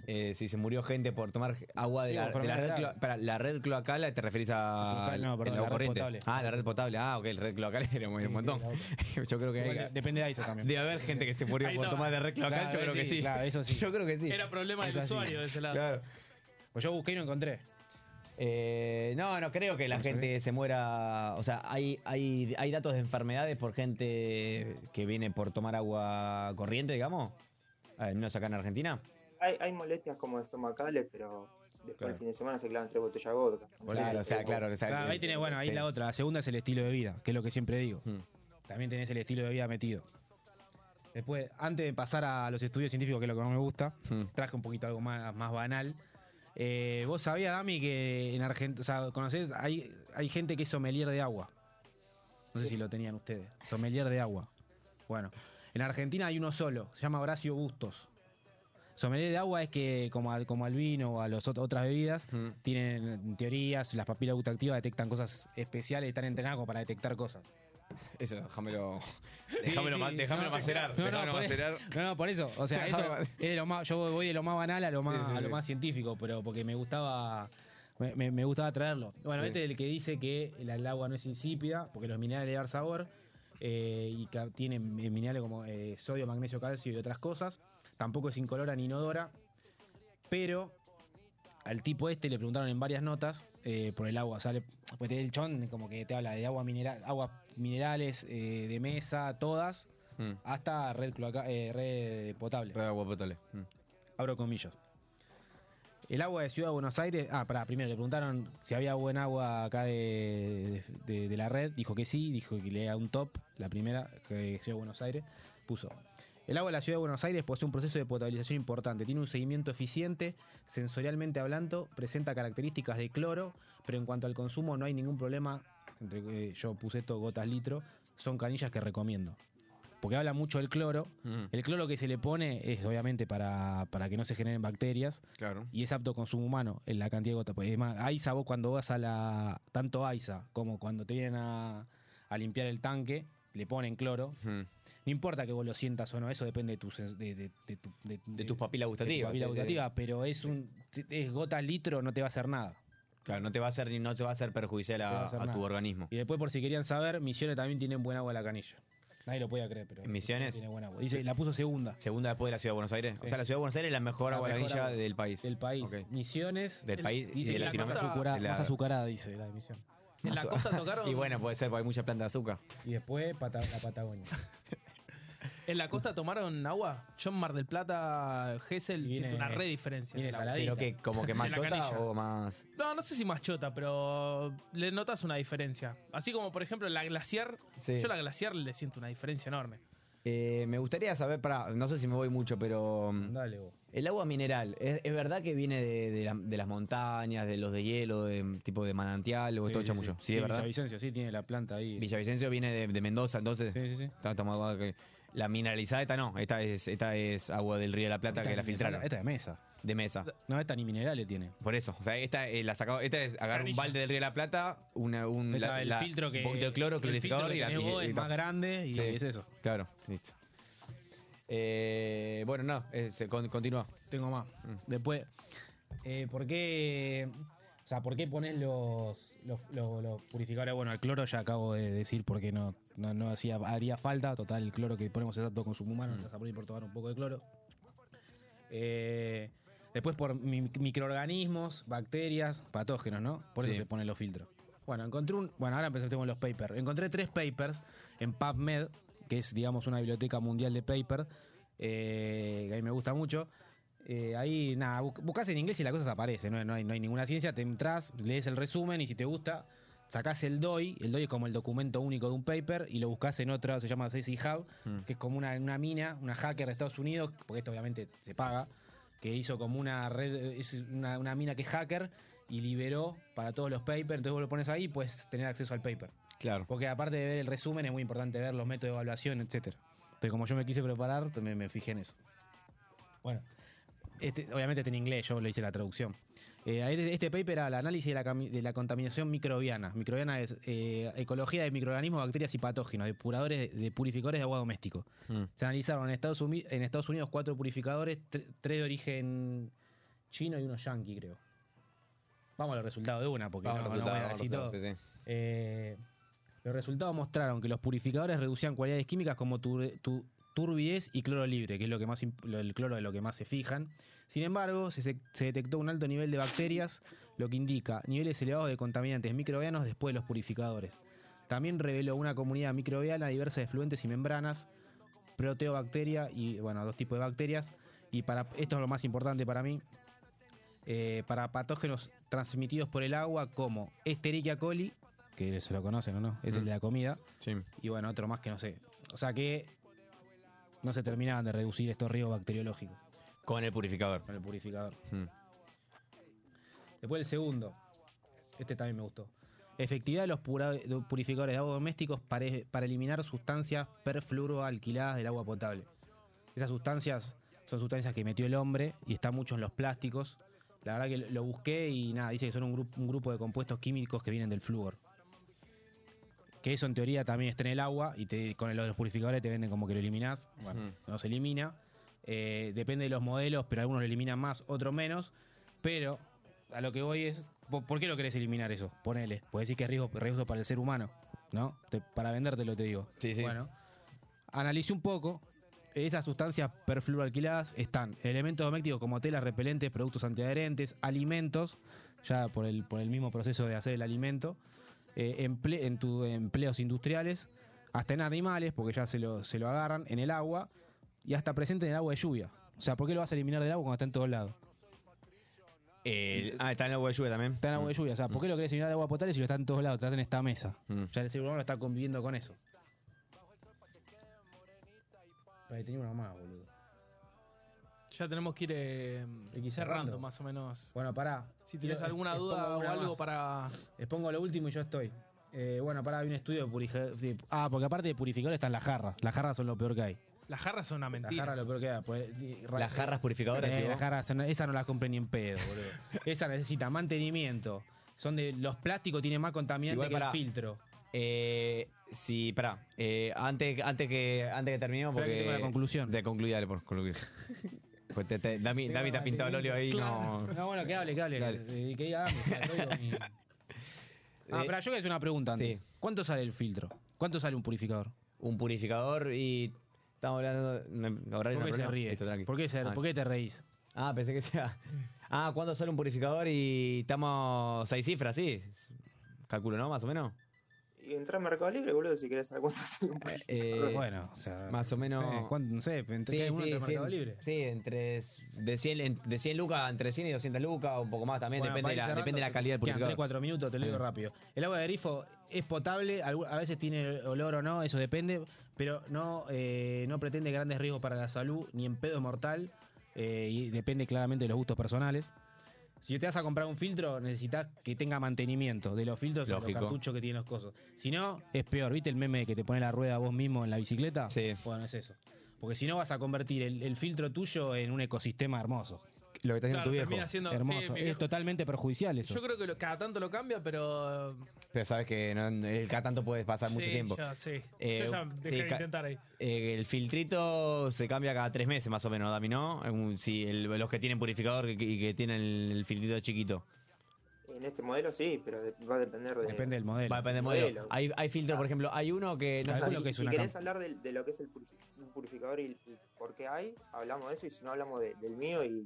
S4: Eh, si se murió gente por tomar agua de,
S3: Sí,
S4: la,
S3: o
S4: de la red
S3: enfermedad.
S4: cloacal. la red cloacal te referís a.
S3: Cloacal, no, perdón,
S4: el agua
S3: la red
S4: corriente.
S3: potable.
S4: Ah, la red potable. Ah, ok, el red cloacal era un montón. yo creo que.
S3: Igual
S4: hay-
S3: depende de AISA también.
S4: Debe haber gente que se murió
S3: Ahí
S4: por
S3: no.
S4: tomar de red cloacal.
S3: Claro,
S4: yo creo que
S3: sí,
S4: sí.
S3: claro, eso sí.
S4: Yo creo que sí.
S5: Era problema del
S4: Eso sí.
S5: usuario de ese lado.
S4: Claro.
S3: Pues yo busqué y no encontré.
S4: Eh, no, no creo que la
S3: No sé.
S4: gente se muera. O sea, hay, hay, hay datos de enfermedades por gente que viene por tomar agua corriente, digamos. Al menos acá en Argentina.
S10: Hay, hay molestias como estomacales, pero después
S4: Claro.
S10: del fin de semana se clavan tres botellas de vodka.
S4: Claro, o sea, claro, o sea,
S3: Claro, ahí tenés, bueno, ahí
S4: sí.
S3: la otra. La segunda es el estilo de vida, que es lo que siempre digo.
S4: Hmm,
S3: También tenés el estilo de vida metido. Después, antes de pasar a los estudios científicos, que es lo que más me gusta,
S4: hmm,
S3: traje un poquito algo más, más banal. Eh, Vos sabías, Dami, que en Argentina, o sea, conocés, hay, hay gente que es sommelier de agua. No sé si lo tenían ustedes. Sommelier de agua. Bueno, en Argentina hay uno solo, se llama Horacio Bustos. Sommelier de agua es que, como, al- como al vino o a las otras bebidas,
S4: hmm.
S3: tienen teorías, las papilas gustativas detectan cosas especiales y están entrenadas como para detectar cosas.
S4: Eso, déjamelo.
S3: Sí, sí, no, No, no, por eso- no, no, por eso. O sea, eso
S4: Déjame-
S3: es de lo más, yo voy de lo más banal a lo más,
S4: sí,
S3: a lo
S4: sí.
S3: más científico, pero porque me gustaba. Me, me- me gustaba traerlo. Bueno,
S4: Sí.
S3: este es el que dice que el, el agua no es insípida, porque los minerales le dan sabor eh, y ca- tiene minerales como eh, sodio, magnesio, calcio y otras cosas. Tampoco es incolora ni inodora, pero al tipo este le preguntaron en varias notas eh, por el agua. O sea, le- pues el chon como que te habla de agua mineral, aguas minerales, eh, de mesa, todas, hasta red, cloaca- eh, red potable.
S4: Red agua potable.
S3: Abro comillas. El agua de Ciudad de Buenos Aires. Ah, pará, primero le preguntaron si había buen agua acá de, de- de la red. Dijo que sí, dijo que le da un top, la primera, que de Ciudad de Buenos Aires. Puso. El agua de la Ciudad de Buenos Aires posee un proceso de potabilización importante. Tiene un seguimiento eficiente, sensorialmente hablando, presenta características de cloro, pero en cuanto al consumo no hay ningún problema. Entre, eh, yo puse esto gotas litro. Son canillas que recomiendo. Porque habla mucho del cloro. El cloro que se le pone es obviamente para, para que no se generen bacterias.
S4: Claro.
S3: Y es apto consumo humano en la cantidad de gotas. Pues, es más, AISA, vos cuando vas a la. Tanto AISA como cuando te vienen a, a limpiar el tanque, le ponen cloro.
S4: hmm.
S3: No importa que vos lo sientas o no, eso depende de tus. De, de- de tu- de- de-
S4: tus
S3: de
S4: papilas
S3: tu
S4: gustativas,
S3: papila
S4: sí, sí.
S3: gustativa, pero es un. Es gotas litro, no te va a hacer nada.
S4: Claro, no te va a hacer, ni- no te va a hacer perjudicial
S3: No te va
S4: a,
S3: a hacer
S4: a tu
S3: nada.
S4: organismo.
S3: Y después, por si querían saber, Misiones también tienen buen agua a la canilla. Nadie lo podía creer, pero.
S4: ¿En Misiones?
S3: Tiene buen agua. Dice, la puso segunda.
S4: Segunda después de la Ciudad de Buenos Aires. O
S3: Sí.
S4: sea, la Ciudad de Buenos Aires es la mejor
S3: La
S4: agua de
S3: mejor
S4: canilla
S3: agua
S4: del país.
S3: Del país.
S4: Ok.
S3: Misiones.
S4: Del país y
S3: Dice
S4: de
S3: que la más
S4: Latinoamérica.
S3: azucarada,
S4: De la-
S3: más azucarada, dice la emisión.
S5: En la costa tocaron.
S4: Y bueno, puede ser, porque hay mucha planta de azúcar.
S3: Y después Pata- la Patagonia.
S5: En la costa tomaron agua. Yo en Mar del Plata, Gesell,
S3: viene-
S5: siento una re diferencia.
S3: viene
S5: La-
S3: saladita.
S4: Pero que como que
S5: En
S4: más
S5: la
S4: chota
S5: canilla.
S4: o más.
S5: No, no sé si más chota, pero le notas una diferencia. Así como, por ejemplo, la glaciar.
S4: Sí.
S5: Yo la glaciar le siento una diferencia enorme.
S4: Eh, me gustaría saber, para, no sé si me voy mucho, pero. mm,
S3: Dale vos.
S4: El agua mineral, ¿es, es verdad que viene de, de la- de las montañas, de los de hielo, de tipo de manantial o
S3: Sí,
S4: todo
S3: sí,
S4: chamullo? Sí, es verdad.
S3: Villavicencio, sí, tiene la planta ahí.
S4: Villavicencio viene de, de Mendoza, entonces.
S3: Sí, sí, sí.
S4: Está tomado agua que- La mineralizada, esta no. Esta es, esta es agua del Río de la Plata
S3: Esta
S4: que la
S3: es-
S4: filtraron.
S3: Esta es de mesa.
S4: De mesa.
S3: No, esta ni minerales tiene.
S4: Por eso. O sea, esta, eh, la sacaba, esta es agarrar un
S5: Canilla.
S4: balde del Río de la Plata, una, un,
S3: Esta,
S4: la-
S3: el
S4: la-
S3: filtro que.
S4: un poquito de cloro,
S3: el filtro
S4: clarificador
S3: que
S4: y la
S3: tenés vos
S4: y- y
S3: es más
S4: ta.
S3: grande y
S4: Sí.
S3: es eso.
S4: Claro, listo. Eh, bueno, no, eh, se- con- continúa.
S3: Tengo más.
S4: Mm.
S3: Después, eh, ¿por qué. O sea, ¿por qué pones los, los, los- los purificadores? Bueno, el cloro ya acabo de decir porque no, no, no hacía, haría falta. Total, el cloro que ponemos es apto con su
S4: Mm.
S3: humano. Vas a poner por tomar un poco de cloro. Eh, después por mi- microorganismos, bacterias, patógenos, ¿no? Por eso
S4: Sí.
S3: se ponen los filtros. Bueno, encontré un. Bueno, ahora empecemos con los papers. Encontré tres papers en PubMed, que es, digamos, una biblioteca mundial de papers, eh, que a mí me gusta mucho. Eh, ahí, nada, bu- buscas en inglés y la cosa se aparece, no, no hay, no hay ninguna ciencia. Te entras, lees el resumen y si te gusta, sacás el DOI. El DOI es como el documento único de un paper y lo buscas en otra, se llama 6 Hub, que es como una, una mina, una hacker de Estados Unidos, porque esto obviamente se paga, que hizo como una red, eh, es una, una mina que es hacker y liberó para todos los papers. Entonces vos lo pones ahí y puedes tener acceso al paper.
S4: Claro.
S3: Porque aparte de ver el resumen, es muy importante ver los métodos de evaluación, etcétera. Entonces, como yo me quise preparar, también me fijé en eso. Bueno, este, obviamente está en inglés, yo le hice la traducción. Eh, este, este paper era el análisis de la, cami- de la contaminación microbiana. Microbiana es eh, ecología de microorganismos, bacterias y patógenos, depuradores, de purificadores de agua doméstico. Se analizaron en Estados, Uni- en Estados Unidos cuatro purificadores, tre- tres de origen chino y uno yankee, creo. Vamos a los resultados de una, porque
S4: Vamos
S3: no,
S4: al
S3: no
S4: resultado,
S3: voy a
S4: vamos al
S3: decir todo.
S4: resultado, sí, sí.
S3: Eh, los resultados mostraron que los purificadores reducían cualidades químicas como tu- tu- turbidez y cloro libre, que es lo que más imp- lo- el cloro de lo que más se fijan. Sin embargo, se, se- se detectó un alto nivel de bacterias, lo que indica niveles elevados de contaminantes microbianos después de los purificadores. También reveló una comunidad microbiana diversa de fluentes y membranas, proteobacteria y, bueno, dos tipos de bacterias. Y para esto es lo más importante para mí, eh, para patógenos transmitidos por el agua como Escherichia coli, que se lo conocen o no, es el de la comida. Y bueno, otro más que no sé. O sea que no se terminaban de reducir estos riesgos bacteriológicos.
S4: Con el purificador.
S3: Con el purificador.
S4: Mm.
S3: Después el segundo. Este también me gustó. Efectividad de los pura- de purificadores de agua domésticos para, para eliminar sustancias perfluoroalquiladas del agua potable. Esas sustancias son sustancias que metió el hombre y está mucho en los plásticos. La verdad que lo- lo busqué y nada, dice que son un, grup- un grupo de compuestos químicos que vienen del flúor. Que eso en teoría también está en el agua y te- con los purificadores te venden como que lo eliminás. Bueno,
S4: Mm.
S3: no se elimina. Eh, depende de los modelos, pero algunos lo eliminan más, otros menos. Pero a lo que voy es, ¿por por qué lo querés eliminar eso? Ponele. Puedes decir que es riesgo, riesgo para el ser humano, ¿no? Te- para vendértelo te digo. Bueno, analicé un poco. Esas sustancias perfluoralquiladas están en elementos domésticos como telas, repelentes, productos antiadherentes, alimentos, ya por el, por el mismo proceso de hacer el alimento, eh, emple- en tu empleos industriales, hasta en animales, porque ya se lo, se lo agarran, en el agua, y hasta presente en el agua de lluvia. O sea, ¿por qué lo vas a eliminar del agua cuando está en todos lados?
S4: El- ah, está en la agua de lluvia también.
S3: Está en agua de lluvia. O sea, ¿por qué lo querés eliminar de agua potable si lo está en todos lados? Está en esta mesa.
S4: Mm.
S3: Ya el ser humano está conviviendo con eso. Pero tenía una más, boludo.
S5: Ya tenemos que ir eh, cerrando,
S3: cerrando.
S5: más o menos.
S3: Bueno, pará.
S5: Si tienes
S3: Quiero-
S5: alguna duda
S3: expongo
S5: o
S3: una
S5: algo
S3: más.
S5: para.
S3: Expongo lo último y yo estoy. Eh, bueno, pará, hay un estudio de purificadores. Ah, porque aparte de purificadores están las jarras. Las jarras son lo peor que hay.
S5: Las jarras son una
S3: Las
S5: mentira.
S3: jarras lo peor que hay. pues, y- ra-
S4: Las jarras purificadoras,
S3: Eh,
S4: digo.
S3: las jarras, son- esas no las compré ni en pedo, boludo. Esas necesitan mantenimiento. Son de. Los plásticos tienen más contaminante
S4: Igual
S3: que
S4: pará.
S3: el filtro.
S4: Eh, sí, pará. Eh, antes, antes, que, antes que terminemos,
S3: Espera que
S4: porque.
S3: tengo la conclusión.
S4: De concluir, dale, por concluir. pues te, te- Dami, Dami te ha pintado el óleo ahí, no.
S3: No, bueno, que hable, que hable.
S4: Ah. Dale.
S3: Que, que diga, dame, ya, yo digo mi- Ah,
S4: Eh,
S3: pero yo voy a hacer una pregunta antes. ¿Cuánto sale el filtro? ¿Cuánto sale un purificador?
S4: Un purificador y. Estamos hablando. de horario
S3: ¿Por
S4: no hay
S3: qué se
S4: problema.
S3: ríe?
S4: Listo, tranqui.
S3: ¿Por qué, se-
S4: Ah.
S3: por qué te reís?
S4: Ah, pensé que sea. Ah, ¿cuándo sale un purificador y estamos seis cifras, sí? Calculo, ¿no? Más o menos.
S10: Y entra a Mercado Libre, boludo, si querés saber cuánto sale un
S4: Eh,
S3: bueno, o sea.
S4: Más o menos.
S3: No sé, ¿cuánto? no sé, pero entre-
S4: Sí,
S3: cada uno
S4: sí,
S3: entre Mercado
S4: sí,
S3: Libre.
S4: Sí, entre s- de 100, en- de 100 lucas, entre 100 y 200 lucas, o un poco más también,
S3: Bueno,
S4: depende,
S3: para
S4: de
S3: ir
S4: la,
S3: cerrando,
S4: depende de la calidad del
S3: quedan
S4: purificador.
S3: tres, cuatro minutos, te lo digo
S4: Ah.
S3: rápido. El agua de grifo es potable, algu- a veces tiene olor o no, eso depende, pero no, eh, no pretende grandes riesgos para la salud, ni en pedo mortal, eh, y depende claramente de los gustos personales. Si te vas a comprar un filtro, necesitas que tenga mantenimiento de los filtros o los
S4: Lógico.
S3: cartuchos que tienen los cosos. Si no, es peor. ¿Viste el meme que te pone la rueda vos mismo en la bicicleta?
S4: Sí.
S3: Bueno, es eso. Porque si no, vas a convertir el, el filtro tuyo en un ecosistema hermoso.
S4: Lo que está haciendo
S5: Claro,
S4: tu
S5: termina
S4: viejo.
S5: siendo. sí,
S3: hermoso.
S5: mi
S3: es
S5: viejo-
S3: totalmente perjudicial eso.
S5: Yo creo que lo- cada tanto lo cambia, pero.
S4: Pero sabes que no, el cada tanto puede pasar mucho
S5: sí,
S4: tiempo.
S5: ya, sí.
S4: Eh,
S5: Yo ya dejé
S4: sí,
S5: de
S4: ca-
S5: intentar ahí.
S4: Eh, el filtrito se cambia cada tres meses más o menos, Dami, ¿no? Un- si el- los que tienen purificador y que, y que tienen el, el filtrito chiquito.
S10: En este modelo sí, pero de- va a depender de.
S3: Depende del modelo.
S4: Va a depender del
S10: Modelo.
S4: modelo. Hay, hay filtro, por ejemplo, hay uno que no
S10: O sea,
S3: Calculo
S4: sé
S10: si,
S3: que es
S10: si
S3: una
S10: querés
S3: cam-
S10: hablar del- de, lo que es el purifi- un purificador y, y por qué hay, hablamos de eso. Y si no, hablamos de- del mío y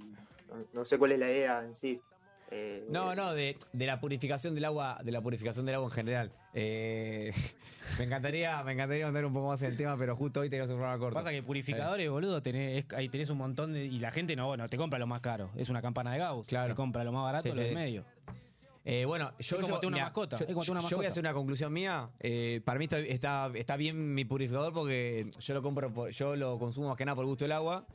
S10: no, no sé cuál es la idea en sí. Eh,
S4: No, no, de, de la purificación del agua, de la purificación del agua en general. Eh, me encantaría, me encantaría andar un poco más en el tema, pero justo hoy tenemos un programa corto.
S3: Pasa que purificadores, boludo, tenés, es- ahí tenés un montón de. Y la gente no, bueno, te compra lo más caro. Es una campana de Gauss.
S4: Claro.
S3: Te compra lo más barato,
S4: Sí,
S3: lo
S4: sí.
S3: del medio.
S4: Eh, bueno, yo,
S3: como
S4: yo-
S3: tener una
S4: mirá,
S3: mascota,
S4: Yo,
S3: es como tener una
S4: yo- yo voy
S3: mascota.
S4: a hacer una conclusión mía. Eh, para mí está, está, está bien mi purificador porque yo lo compro, por- yo lo consumo más que nada por el gusto del agua.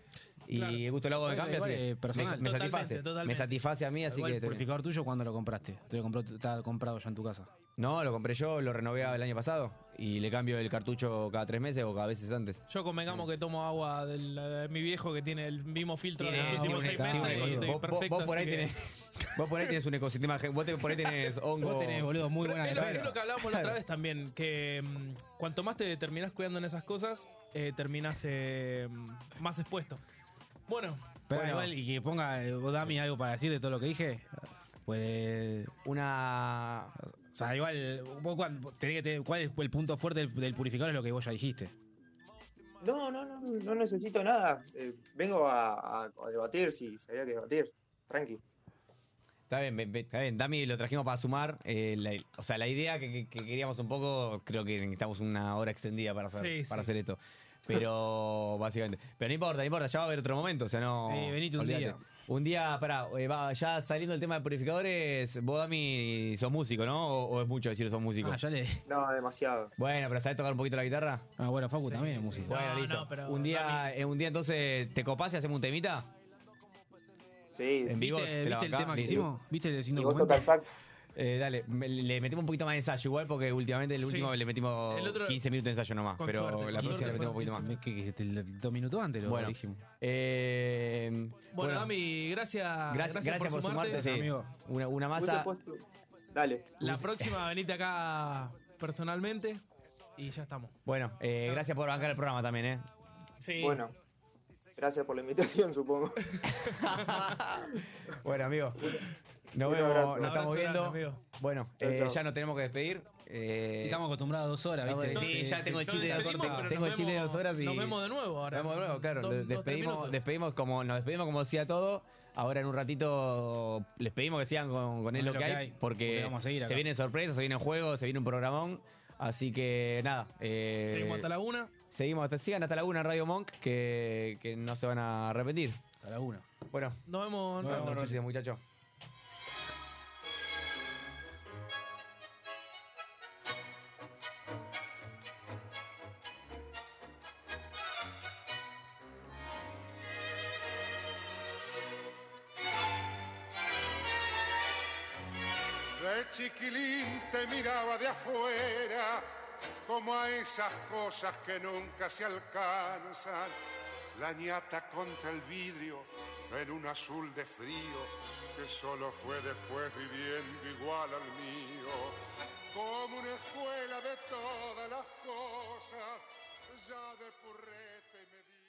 S4: Y
S5: Claro.
S4: el gusto del agua me
S3: Bueno,
S4: cambia, así
S3: igual
S4: que
S3: es personal.
S4: me, me
S5: Totalmente,
S4: satisface. Me
S5: totalmente.
S4: satisface a mí, así
S3: Igual
S4: que.
S3: el purificador tuyo, ¿cuándo lo compraste? Te lo compró, está comprado ya en tu casa.
S4: No, lo compré yo, lo renové el año pasado. Y le cambio el cartucho cada tres meses o cada veces antes.
S5: Yo convengamos que tomo agua del- de mi viejo que tiene el mismo filtro de los
S3: Tiene-
S5: últimos
S3: tiene
S5: seis
S3: un
S4: Tiene un
S5: meses y
S3: ecosistema.
S4: ecosistema.
S5: estoy
S4: Vos- vos-
S5: perfecto.
S4: vos por ahí
S5: así que-
S4: tenés. Vos por ahí tenés un ecosistema, vos te- por ahí tenés hongo.
S3: Vos tenés, boludo, muy
S5: Pero
S3: buena
S5: es lo-
S3: defensa.
S5: es lo que hablábamos la otra vez también, que mm, cuanto más te terminás cuidando en esas cosas, eh, terminás eh, más expuesto. Bueno,
S3: Pero
S4: Bueno.
S3: igual, y que ponga eh, vos, Dami algo para decir de todo lo que dije. Pues.
S4: Una.
S3: O sea, igual, vos cuan- tenés que tener- ¿cuál es el punto fuerte del, del purificador? Es lo que vos ya dijiste.
S10: No, no, no, no necesito nada. Eh, vengo a, a- a debatir si si había que debatir. Tranqui.
S4: Está bien, ve- ve- está bien. Dami lo trajimos para sumar. eh, la- o sea, la idea que, que- que queríamos un poco, creo que necesitamos una hora extendida para hacer,
S3: Sí, sí.
S4: para hacer esto. Pero, básicamente. Pero no importa, no importa, ya va a haber otro momento. O sea, no.
S3: Sí, venite un
S4: olvídate.
S3: día.
S4: Un día, pará, eh, va, ya saliendo el tema de purificadores, vos, Dami, sos músico, ¿no? O, o es mucho decir sos músico.
S3: Ah, ya le.
S10: No, demasiado.
S4: Bueno, pero ¿sabés tocar un poquito la guitarra?
S3: Ah, bueno, Facu también es músico.
S4: Bueno, listo. un, día, eh, un día entonces, ¿te copás y hacemos un temita?
S10: Sí.
S4: En vivo,
S11: ¿Viste,
S4: te la
S11: viste el
S4: bancás?
S11: tema que
S4: Listo.
S11: hicimos? ¿Viste el de sin
S10: ¿Y vos
S11: documento?
S10: tocas sax?
S4: Eh, dale, me- le metimos un poquito más de ensayo igual porque últimamente el
S5: Sí.
S4: último le metimos
S5: El otro-
S4: 15 minutos de ensayo nomás,
S5: Con
S4: pero
S5: suerte,
S4: la
S5: con
S4: próxima
S5: suerte
S4: le metemos un poquito más.
S3: Me- que- que- el- dos minutos antes lo
S4: Bueno.
S3: dijimos.
S4: Eh,
S5: Bueno, Dami, gracias.
S4: gracias, gracias por sumarte, sí.
S3: amigo.
S4: Una, una
S10: Hubiese
S4: masa.
S10: puesto- Dale.
S5: La próxima venite acá personalmente y ya estamos.
S4: Bueno, eh, gracias por bancar el programa también, ¿eh?
S5: Sí.
S10: Bueno. Gracias por la invitación, supongo.
S4: Bueno, amigo, nos
S10: Un
S4: vemos,
S10: abrazo.
S4: nos
S10: Un
S4: estamos
S5: abrazo grande,
S4: viendo.
S5: amigo.
S4: Bueno,
S10: Chau,
S4: eh,
S10: chau.
S4: ya nos tenemos que despedir. Eh,
S3: Estamos acostumbrados a dos horas, ¿viste?
S4: Sí, ya tengo el
S5: Nos
S4: chile de dos
S5: despedimos,
S4: horas.
S5: pero
S4: Tengo
S5: nos
S4: el chile de
S5: vemos-
S4: dos horas y.
S5: Nos vemos de nuevo ahora.
S4: Nos vemos de nuevo, claro.
S5: Dos- dos, tres
S4: despedimos,
S5: minutos.
S4: despedimos como, nos despedimos como decía todo. Ahora en un ratito les pedimos que sigan con, con él lo que, hay, porque
S3: porque vamos a seguir
S4: se
S3: acá.
S4: vienen sorpresas, se vienen juegos, se viene un programón. Así que nada, eh,
S5: Seguimos hasta la una.
S4: seguimos hasta- sigan hasta la una en Radio Monk, que, que no se van a repetir.
S3: A la una.
S4: Bueno,
S5: Nos vemos.
S4: nos vemos ratito, muchachos.
S9: De chiquilín te miraba de afuera, como a esas cosas que nunca se alcanzan. La ñata contra el vidrio, en un azul de frío, que solo fue después viviendo igual al mío. Como una escuela de todas las cosas, ya de purrete me dio.